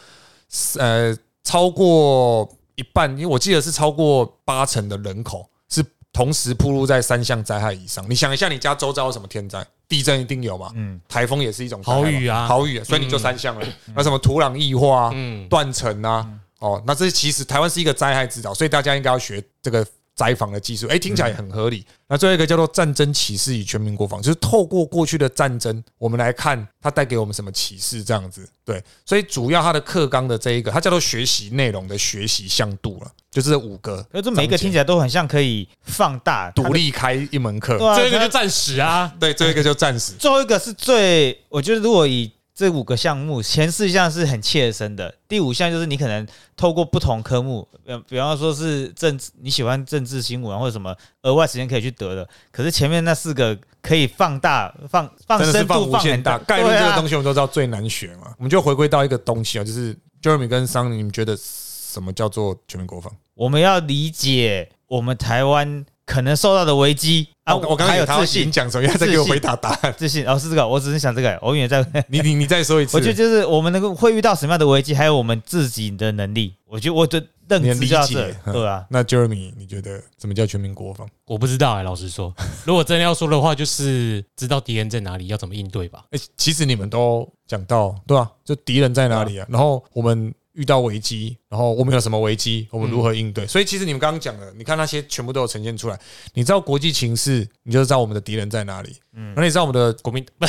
Speaker 3: 呃超过一半，因为我记得是超过八成的人口是同时暴露在三项灾害以上。你想一下，你家周遭有什么天灾？地震一定有嘛，嗯，台风也是一种灾害嘛
Speaker 2: 豪雨啊
Speaker 3: 豪雨、所以你就三项了。那什么土壤异化啊，
Speaker 2: 嗯
Speaker 3: 断层啊，哦，那这其实台湾是一个灾害之岛，所以大家应该要学这个灾防的技术。哎，听起来很合理。那最后一个叫做战争启示与全民国防，就是透过过去的战争，我们来看它带给我们什么启示，这样子。对，所以主要它的课纲的这一个，它叫做学习内容的学习向度了，就是这五个
Speaker 1: 可是这每一个听起来都很像可以放大它
Speaker 3: 独
Speaker 1: 的，
Speaker 3: 立开一门课。
Speaker 1: 对啊，
Speaker 2: 这个就
Speaker 1: 它
Speaker 2: 暂时啊，
Speaker 3: 对，最后一个就暂时。
Speaker 1: 最后一个是最，我觉得如果以这五个项目，前四项是很切身的，第五项就是你可能透过不同科目，呃，比方说是政治，你喜欢政治新闻啊或者什么，额外时间可以去得的。可是前面那四个可以放大、放放
Speaker 3: 真的是
Speaker 1: 深
Speaker 3: 放
Speaker 1: 度、
Speaker 3: 无限
Speaker 1: 很大
Speaker 3: 大。
Speaker 1: 啊
Speaker 3: 概率这个东
Speaker 1: 西，
Speaker 3: 西我们都知道最难学嘛，我们就回归到一个东西啊，就是 Jeremy 跟桑尼，你们觉得什么叫做全民国防？
Speaker 1: 我们要理解我们台湾可能受到的危机啊，
Speaker 3: 啊，我刚
Speaker 1: 还
Speaker 3: 才
Speaker 1: 有
Speaker 3: 有他
Speaker 1: 自
Speaker 3: 已经
Speaker 1: 信，
Speaker 3: 讲什么，他再给我回答答案。
Speaker 1: 自信哦，是这个，我只是想这个，我永 远在。
Speaker 3: 你你你再说一次，
Speaker 1: 我觉得就是我们能够会遇到什么样的危机，还有我们自己的能力，我觉得我的认
Speaker 3: 你的
Speaker 1: 知
Speaker 3: 理
Speaker 1: 就到这
Speaker 3: 解，，嗯
Speaker 1: 对啊，
Speaker 3: 那 Jeremy，你觉得什么叫全民国防？
Speaker 2: 我不知道哎、老实 说，如果真的要说的话，就是知道敌人在哪里，要怎么应对吧。
Speaker 3: 哎，其实你们都讲到，对吧？就敌人在哪里啊？然后我们遇到危机，然后我们有什么危机，我们如何应对？所以其实你们刚刚讲的，你看那些全部都有呈现出来。你知道国际情势，你就知道我们的敌人在哪里。嗯，那你知道我们的
Speaker 2: 国民不，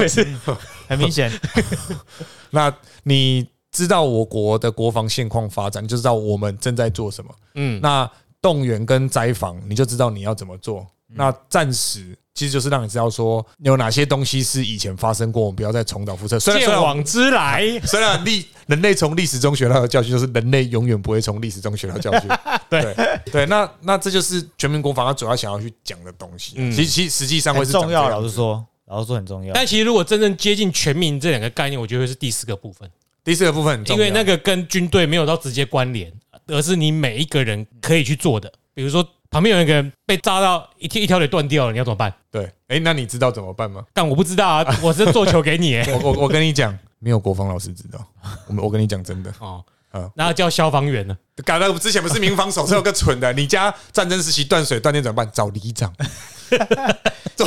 Speaker 2: 没事，
Speaker 1: 很明 显，
Speaker 3: 那你知道我国的国防现况发展，你就知道我们正在做什么。
Speaker 2: 嗯，
Speaker 3: 那动员跟灾防，你就知道你要怎么做。
Speaker 2: 嗯
Speaker 3: 那暂时其实就是让你知道说有哪些东西是以前发生过，我们不要再重蹈覆辙。虽然
Speaker 2: 见
Speaker 3: 虽然嗯
Speaker 2: 往知来，
Speaker 3: 虽然历人类从历史中学到的教训就是人类永远不会从历史中学到教 训。对对，那那这就是全民国防他主要想要去讲的东西。
Speaker 2: 嗯
Speaker 3: 其实其实实际上会
Speaker 1: 很
Speaker 3: 是长
Speaker 1: 重
Speaker 2: 啊
Speaker 1: 要。
Speaker 3: 这样
Speaker 1: 老
Speaker 3: 子
Speaker 1: 实说，老实说很重要。
Speaker 2: 但其实如果真正接近全民这两个概念，我觉得会是第四个部分，
Speaker 3: 第四个部分很重
Speaker 2: 因
Speaker 3: 要，
Speaker 2: 为那个跟军队没有到直接关联，而是你每一个人可以去做的。比如说旁边有一个人被扎到一条一条腿断掉了，你要怎么办？
Speaker 3: 对，哎、那你知道怎么 办吗？
Speaker 2: 但我不知道 啊，我是做球给你、欸。
Speaker 3: 我我我跟你讲，没有国防老师知道，我们我跟你讲真的，
Speaker 2: 哦
Speaker 3: 嗯，
Speaker 2: 然后叫消防员呢？
Speaker 3: 搞到之前不是民防手册有个蠢的，你家战争时期断水断电怎么办？找里长。走，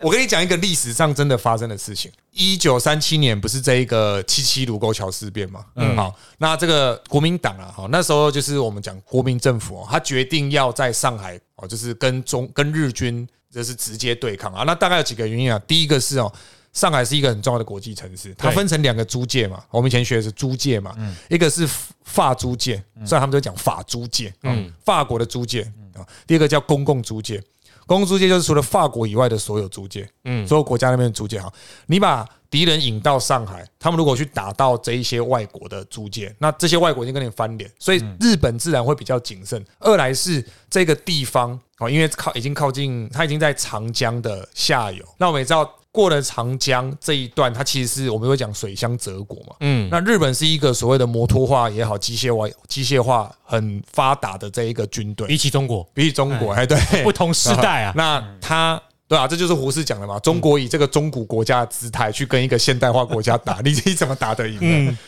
Speaker 3: 我跟你讲一个历史上真的发生的事情。一九三七年不是这一个七七卢沟桥事变嘛？嗯，好，那这个国民党啊，好，那时候就是我们讲国民政府哦，他决定要在上海哦，就是跟中跟日军这是直接对抗啊。那大概有几个原因啊？第一个是哦。上海是一个很重要的国际城市，它
Speaker 2: 对
Speaker 3: 分成两个租界嘛，我们以前学的是租界嘛，一个是法租界，虽然他们都讲法租界，嗯，法国的租界啊，第二个叫公共租界，公共租界就是除了法国以外的所有租界，嗯，所有国家那边的租界哈。你把敌人引到上海，他们如果去打到这一些外国的租界，那这些外国已经跟你翻脸，所以日本自然会比较谨慎。二来是这个地方哦，因为靠已经靠近，它已经在长江的下游。那我们也知道，过了长江这一段，它其实是我们会讲水乡泽国嘛，
Speaker 2: 嗯，
Speaker 3: 那日本是一个所谓的摩托化也好，机械化机械化很发达的这一个军队，
Speaker 2: 比起中国
Speaker 3: 比起中国，哎，对，
Speaker 2: 不同世代啊，
Speaker 3: 那他对啊，这就是胡适讲的嘛，中国以这个中古国家的姿态去跟一个现代化国 家打，你你怎么打得赢？嗯。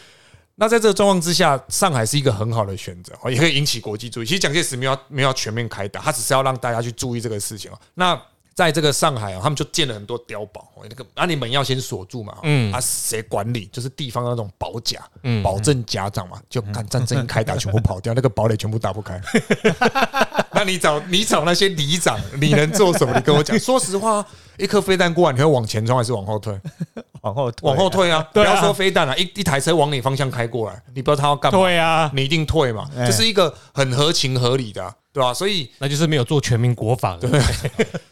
Speaker 3: 那在这个状况之下，上海是一个很好的选择，哦也可以引起国际注意。其实蒋介石没有要没有要全面开打，他只是要让大家去注意这个事
Speaker 2: 嗯
Speaker 3: 情哦。那在这个上海啊，他们就建了很多碉堡，哦那个啊，你门要先锁住嘛，嗯，啊，谁管理？就是地方那种保甲、
Speaker 2: 嗯
Speaker 3: 保证家长嘛，就看战争一开 打，全部跑掉，那个堡垒全部打不开。 那你找你找那些里长，你能做什么？你 跟我讲。说实话，一颗飞弹过来，你会往前冲还是往后退？
Speaker 1: 往后退
Speaker 3: 往后退啊！不
Speaker 2: 啊对啊
Speaker 3: 要说飞弹了，一一台车往你方向开过来，你不知道他要干嘛，
Speaker 2: 对啊，
Speaker 3: 你一定退嘛。这是一个很合情合理的啊、对吧、所以
Speaker 2: 那就是没有做全民国防。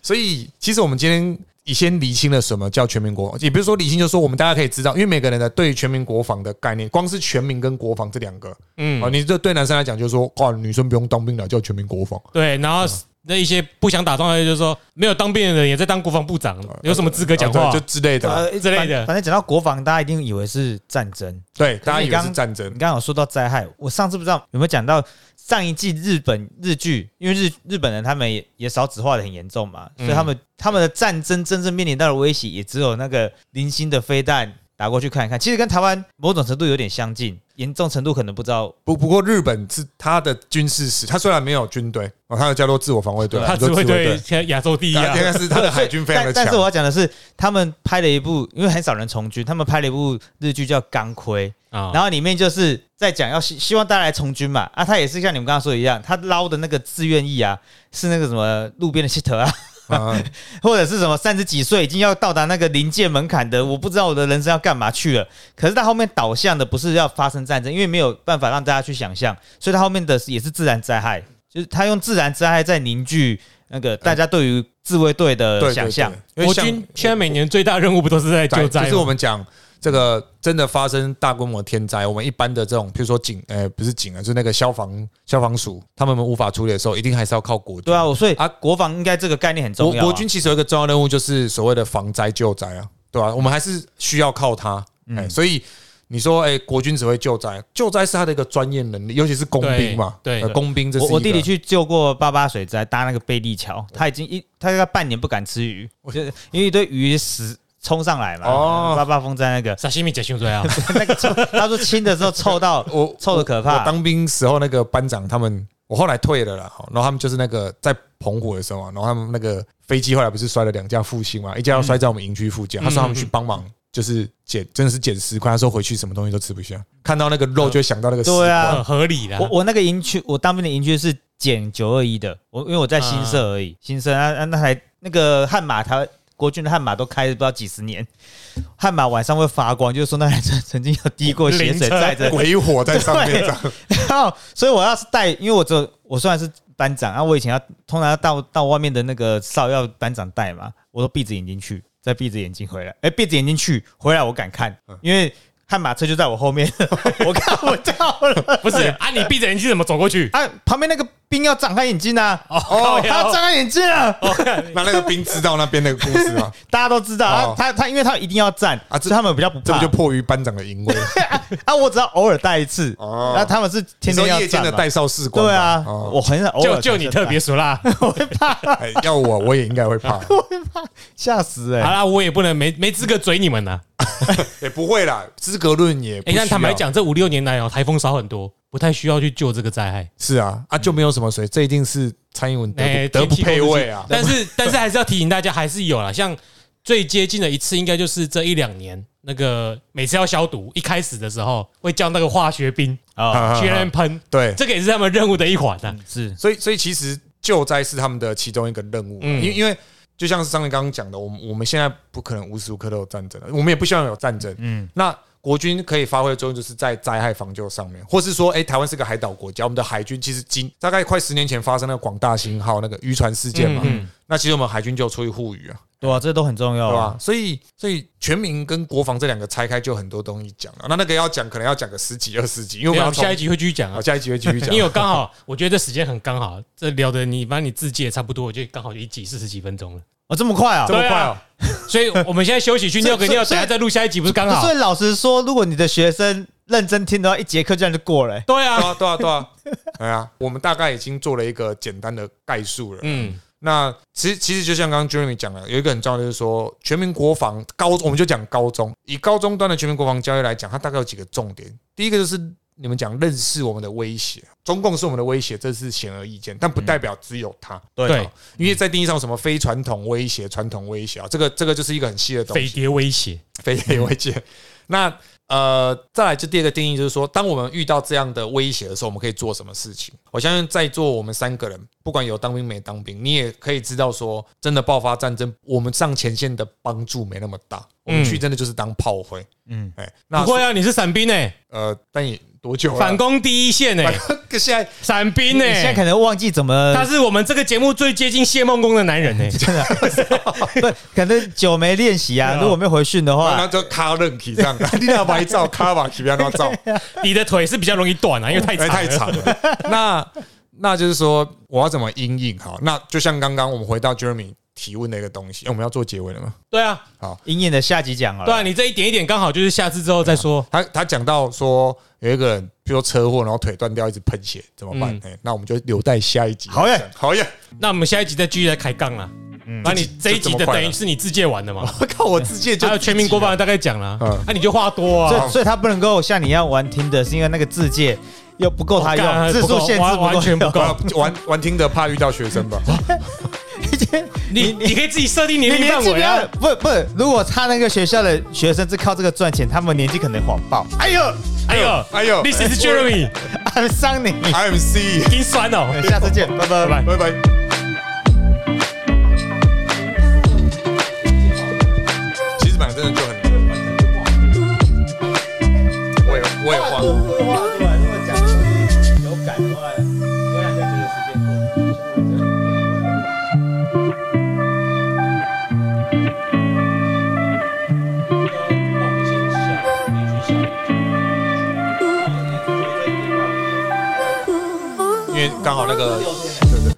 Speaker 3: 所以其实我们今天已先厘清了什么叫全民国防，也不是说厘清，就是说我们大家可以知道，因为每个人的对于全民国防的概念，光是全民跟国防这两个，嗯，啊，你这对男生来讲就是说，哇，女生不用当兵了，叫全民国防。
Speaker 2: 对，然后
Speaker 3: 嗯
Speaker 2: 那一些不想打仗的，就是说没有当兵的人也在当国防部长，有什么资格讲话
Speaker 3: 啊对就？之类的啊，
Speaker 2: 之类的
Speaker 1: 反反正讲到国防，大家一定以为是战争。
Speaker 3: 对，大家以
Speaker 1: 你
Speaker 3: 为
Speaker 1: 刚
Speaker 3: 是战争
Speaker 1: 你，刚刚有说到灾害，我上次不知道有没有讲到上一季日本日剧，因为日日本人他们也也少子化的很严重嘛，
Speaker 3: 嗯
Speaker 1: 所以他们、他们的战争真正面临到的威胁，也只有那个零星的飞弹打过去看一看。其实跟台湾某种程度有点相近，严重程度可能不知道。
Speaker 3: 不不过日本是它的军事史，它虽然没有军队，哦，它有叫做自我防卫队，
Speaker 2: 他只
Speaker 3: 叫自
Speaker 2: 会
Speaker 3: 卫
Speaker 2: 对啊
Speaker 3: 队，
Speaker 2: 现在亚洲第一啊
Speaker 3: 但，但是它的海军非常的
Speaker 1: 但
Speaker 3: 强
Speaker 1: 但是。我要讲的是，他们拍了一部，因为很少人从军，他们拍了一部日剧叫《钢盔》，
Speaker 2: 啊，
Speaker 1: 然后里面就是在讲要希希望大家来从军嘛，啊，他也是像你们刚刚说的一样，他捞的那个志愿役啊，是那个什么路边的 shit 啊，
Speaker 3: 啊
Speaker 1: 或者是什么三十几岁已经要到达那个临界门槛的，我不知道我的人生要干嘛去了。可是他后面导向的不是要发生战争，因为没有办法让大家去想象，所以他后面的也是自然灾害，就是他用自然灾害在凝聚那个大家对于自卫队
Speaker 3: 对
Speaker 1: 的
Speaker 3: 对
Speaker 1: 想象。
Speaker 3: 对，因为
Speaker 2: 国
Speaker 3: 像
Speaker 2: 军现在每年最大任务不都是在救灾吗？
Speaker 3: 就是我们讲这个真的发生大规模天灾，我们一般的这种，比如说警，呃，不是警啊，就是那个消防消防署，他们无法处理的时候，一定还是要靠国军。
Speaker 1: 对啊，我所以
Speaker 3: 啊
Speaker 1: 啊，国防应该这个概念很
Speaker 3: 国
Speaker 1: 重要、啊。
Speaker 3: 国军其实有一个重要任务，就是所谓的防灾救灾啊，对吧、我们还是需要靠它。
Speaker 1: 嗯
Speaker 3: 哎、所以你说，哎、国军只会救灾，救灾是他的一个专业能力，尤其是工兵嘛，
Speaker 2: 对对
Speaker 3: 呃工兵这是
Speaker 1: 我
Speaker 3: 一个哦
Speaker 1: 我弟弟去救过八八水灾，搭那个贝利桥，他已经一他大概半年不敢吃鱼，就是因为一堆鱼死冲上来嘛。
Speaker 3: 哦
Speaker 1: 哦，八八风灾那个
Speaker 2: 沙西米解胸椎啊，
Speaker 1: 那个臭，他说清的时候臭到
Speaker 3: 我
Speaker 1: 臭的可怕
Speaker 3: 我当兵时候那个班长他们，我后来退了啦，然后他们就是那个在澎湖的时候啊，然后他们那个飞机后来不是摔了两架复兴嘛，一架要摔在我们营区附
Speaker 1: 嗯
Speaker 3: 近，啊他说他们去帮忙。就是捡，真的是捡石块。他说回去什么东西都吃不下，看到那个肉就会想到那个石块。
Speaker 1: 对啊
Speaker 2: 很合理的
Speaker 1: 我。我那个营区，我当兵的营区是减九二一的，我因为我在新社而已，新社啊啊那台那个悍马台国军的悍马都开了不知道几十年，悍马晚上会发光，就是说那台车曾经有滴过血水
Speaker 2: 灵车
Speaker 1: 载着
Speaker 3: 鬼火在上面这样。
Speaker 1: 然后，所以我要是带，因为我只有我虽然是班长，啊，我以前要通常要到到外面的那个哨要班长带
Speaker 3: 嗯
Speaker 1: 嘛，我都闭着眼睛去，再闭着眼睛回来，哎、闭着眼睛去，回来我敢看，因为悍马车就在我后面， 我看不到 了。
Speaker 2: 不是 啊？你闭着眼睛怎么走过去？
Speaker 1: 啊，旁边那个兵要张开眼睛啊！
Speaker 2: 哦
Speaker 1: 他要张开眼睛啊！
Speaker 3: 哦那那个兵知道那边那个故事 吗？
Speaker 1: 大家都知道，啊
Speaker 3: 哦
Speaker 1: 他他他，因为他一定要站
Speaker 3: 啊
Speaker 1: 啊，
Speaker 3: 这
Speaker 1: 所以他们比较不
Speaker 3: 这
Speaker 1: 怕。
Speaker 3: 不就迫于班长的淫威？
Speaker 1: 啊，我只要偶尔带一次，
Speaker 3: 哦
Speaker 1: 那他们是
Speaker 3: 你
Speaker 1: 天
Speaker 3: 说
Speaker 1: 天要
Speaker 3: 夜间
Speaker 1: 站
Speaker 3: 的
Speaker 1: 嘛
Speaker 3: 带哨士官吧？
Speaker 1: 对啊，
Speaker 3: 哦
Speaker 1: 我很少偶
Speaker 2: 就
Speaker 1: 尔
Speaker 2: 就你特别熟啦。好
Speaker 3: 哎要我我也应该会 怕，
Speaker 1: 吓死
Speaker 3: 啊
Speaker 1: 哎、
Speaker 2: 啦，我也不能没没资格嘴你们呐。
Speaker 3: 也不会啦。资格论也不
Speaker 2: 哎，
Speaker 3: 需要，
Speaker 2: 但坦白讲，这五六年来哦，台风少很多，不太需要去救这个灾害。
Speaker 3: 是啊啊，就没有什么水，这一定是蔡英文德
Speaker 2: 哎，
Speaker 3: 不德不
Speaker 2: 天气
Speaker 3: 配
Speaker 2: 控制
Speaker 3: 位啊
Speaker 2: 器。但是但是还是要提醒大家，还是有啦。像最接近的一次，应该就是这一两年，那个每次要消毒，一开始的时候会叫那个化学兵
Speaker 1: 啊，嗯
Speaker 3: 啊
Speaker 2: 去那边喷，
Speaker 3: 对，
Speaker 2: 这个也是他们任务的一环啊。
Speaker 1: 是
Speaker 3: 所以所以其实救灾是他们的其中一个任务啊，因、
Speaker 2: 嗯
Speaker 3: 为因为就像是上面刚刚讲的，我们我们现在不可能无时无刻都有战争，我们也不希望有战争。嗯，那国军可以发挥的作用就是在灾害防救上面，或是说，哎、台湾是个海岛国家，我们的海军其实今大概快十年前发生那个广大型号那个渔船事件嘛，
Speaker 2: 嗯哦
Speaker 3: 那其实我们海军就有出去护渔啊，
Speaker 1: 对啊，这都很重要
Speaker 3: 对吧
Speaker 1: 啊。？
Speaker 3: 所以所以全民跟国防这两个拆开就很多东西讲了，那那个要讲可能要讲个十几二十集，因为我
Speaker 2: 没
Speaker 3: 们
Speaker 2: 有我
Speaker 3: 要
Speaker 2: 们
Speaker 3: 从
Speaker 2: 下一集会继续讲啊
Speaker 3: 好。下一集会继续讲，
Speaker 2: 因为我刚好，我觉得这时间很刚好，这聊的你把你自己也差不多，我就刚好一集四十几分钟了，
Speaker 1: 哦，这么快啊
Speaker 3: 这！么快哦、
Speaker 2: 所以我们现在休息去尿个尿，
Speaker 1: 所以所以
Speaker 2: 等下再录下一集不是刚好
Speaker 1: 所以？老实说，如果你的学生认真听的话，一节课这样就过了、欸。
Speaker 2: 对
Speaker 3: 对
Speaker 2: 啊，
Speaker 3: 啊，对啊，对啊， 哎呀，我们大概已经做了一个简单的概述了。
Speaker 2: 嗯，
Speaker 3: 那其实其实就像刚刚 Jeremy 讲了，有一个很重要的就是说，全民国防高，我们就讲高中，以高中端的全民国防教育来讲，它大概有几个重点。第一个就是你们讲认识我们的威胁，中共是我们的威胁，这是显而易见，
Speaker 2: 嗯
Speaker 3: 但不代表只有它。
Speaker 2: 对，
Speaker 3: 因为在定义上，什么非传统威胁、传统威胁啊，这个这个就是一个很细的东西
Speaker 2: 匪。谍威胁，
Speaker 3: 非常危
Speaker 2: 嗯
Speaker 3: 险。那呃，再来就第二个定义就是说，当我们遇到这样的威胁的时候，我们可以做什么事情？我相信在座我们三个人，不管有当兵没当兵，你也可以知道说，真的爆发战争，我们上前线的帮助没那么大，我们去真的就是当炮灰。
Speaker 1: 嗯，
Speaker 3: 哎，那
Speaker 2: 嗯不会啊，你是伞兵哎，
Speaker 3: 呃，但也多久了？
Speaker 2: 反攻第一线哎，
Speaker 3: 攻， 现在
Speaker 2: 伞兵
Speaker 1: 你现在
Speaker 2: 哎
Speaker 1: 可，能忘记怎么
Speaker 2: 他，是我们这个节目最接近谢梦工的男人 哎，
Speaker 1: 不，可能久没练习啊。
Speaker 2: 对啊
Speaker 1: 如果没回训的
Speaker 3: 那
Speaker 1: 话，
Speaker 3: 就卡任体这样， 你那拍照卡吧，不要乱照。
Speaker 2: 你的腿是比较容易断啊，因为太
Speaker 3: 因为
Speaker 2: 长，
Speaker 3: 哎太长，了。 那那就是说，我要怎么阴影？好，那就像刚刚我们回到 Jeremy 提问的一个东西，诶我们要做结尾了吗？
Speaker 2: 对啊，
Speaker 1: 鹰眼的下集
Speaker 3: 哎
Speaker 1: 讲啊，
Speaker 2: 对啊，你这一点一点刚好就是下次之后再说，
Speaker 3: 他他讲到说有一个人，比如说车祸，然后腿断掉，一直喷血，怎么办？哎、那我们就留待下一集。
Speaker 1: 好耶
Speaker 3: 耶，好耶！
Speaker 2: 那我们下一集再继续来开杠啦。那你这一集
Speaker 3: 嗯就这么
Speaker 2: 的
Speaker 3: 快了
Speaker 2: 等于是你自荐完的嘛？
Speaker 3: 我靠，我自己 就
Speaker 2: 还有全民国防大概讲了，啊
Speaker 3: 嗯
Speaker 2: 那你就话多
Speaker 1: 所
Speaker 2: 啊。
Speaker 1: 以所以他不能够像你一样玩听的，是因为那个字界又不够他
Speaker 2: 我干哎
Speaker 1: 用，字
Speaker 2: 不
Speaker 1: 数
Speaker 2: 够
Speaker 1: 限制
Speaker 2: 完
Speaker 1: 不够
Speaker 2: 完全不
Speaker 1: 用
Speaker 2: 够
Speaker 3: 啊玩玩听的怕遇到学生吧？
Speaker 2: 你你可以自己设定年
Speaker 1: 你
Speaker 2: 龄
Speaker 1: 年
Speaker 2: 范
Speaker 1: 纪不
Speaker 2: 围
Speaker 1: 要
Speaker 2: 啊。
Speaker 1: 不不，如果他那个学校的学生是靠这个赚钱，他们年纪可能谎报。
Speaker 3: 哎呦
Speaker 2: 哎呦
Speaker 3: 哎呦
Speaker 2: ，This is Jeremy，
Speaker 1: I'm 哎 伤你，
Speaker 3: ，I'm C，
Speaker 2: 心酸哦。
Speaker 1: 下次见，拜拜
Speaker 2: 啊拜拜
Speaker 3: 拜拜。其实本来真的就很难玩，我也我也忘了。
Speaker 1: 哇，对啊，如果讲就是有感的话，有两个觉得时间过得很快。
Speaker 3: 因为刚好那个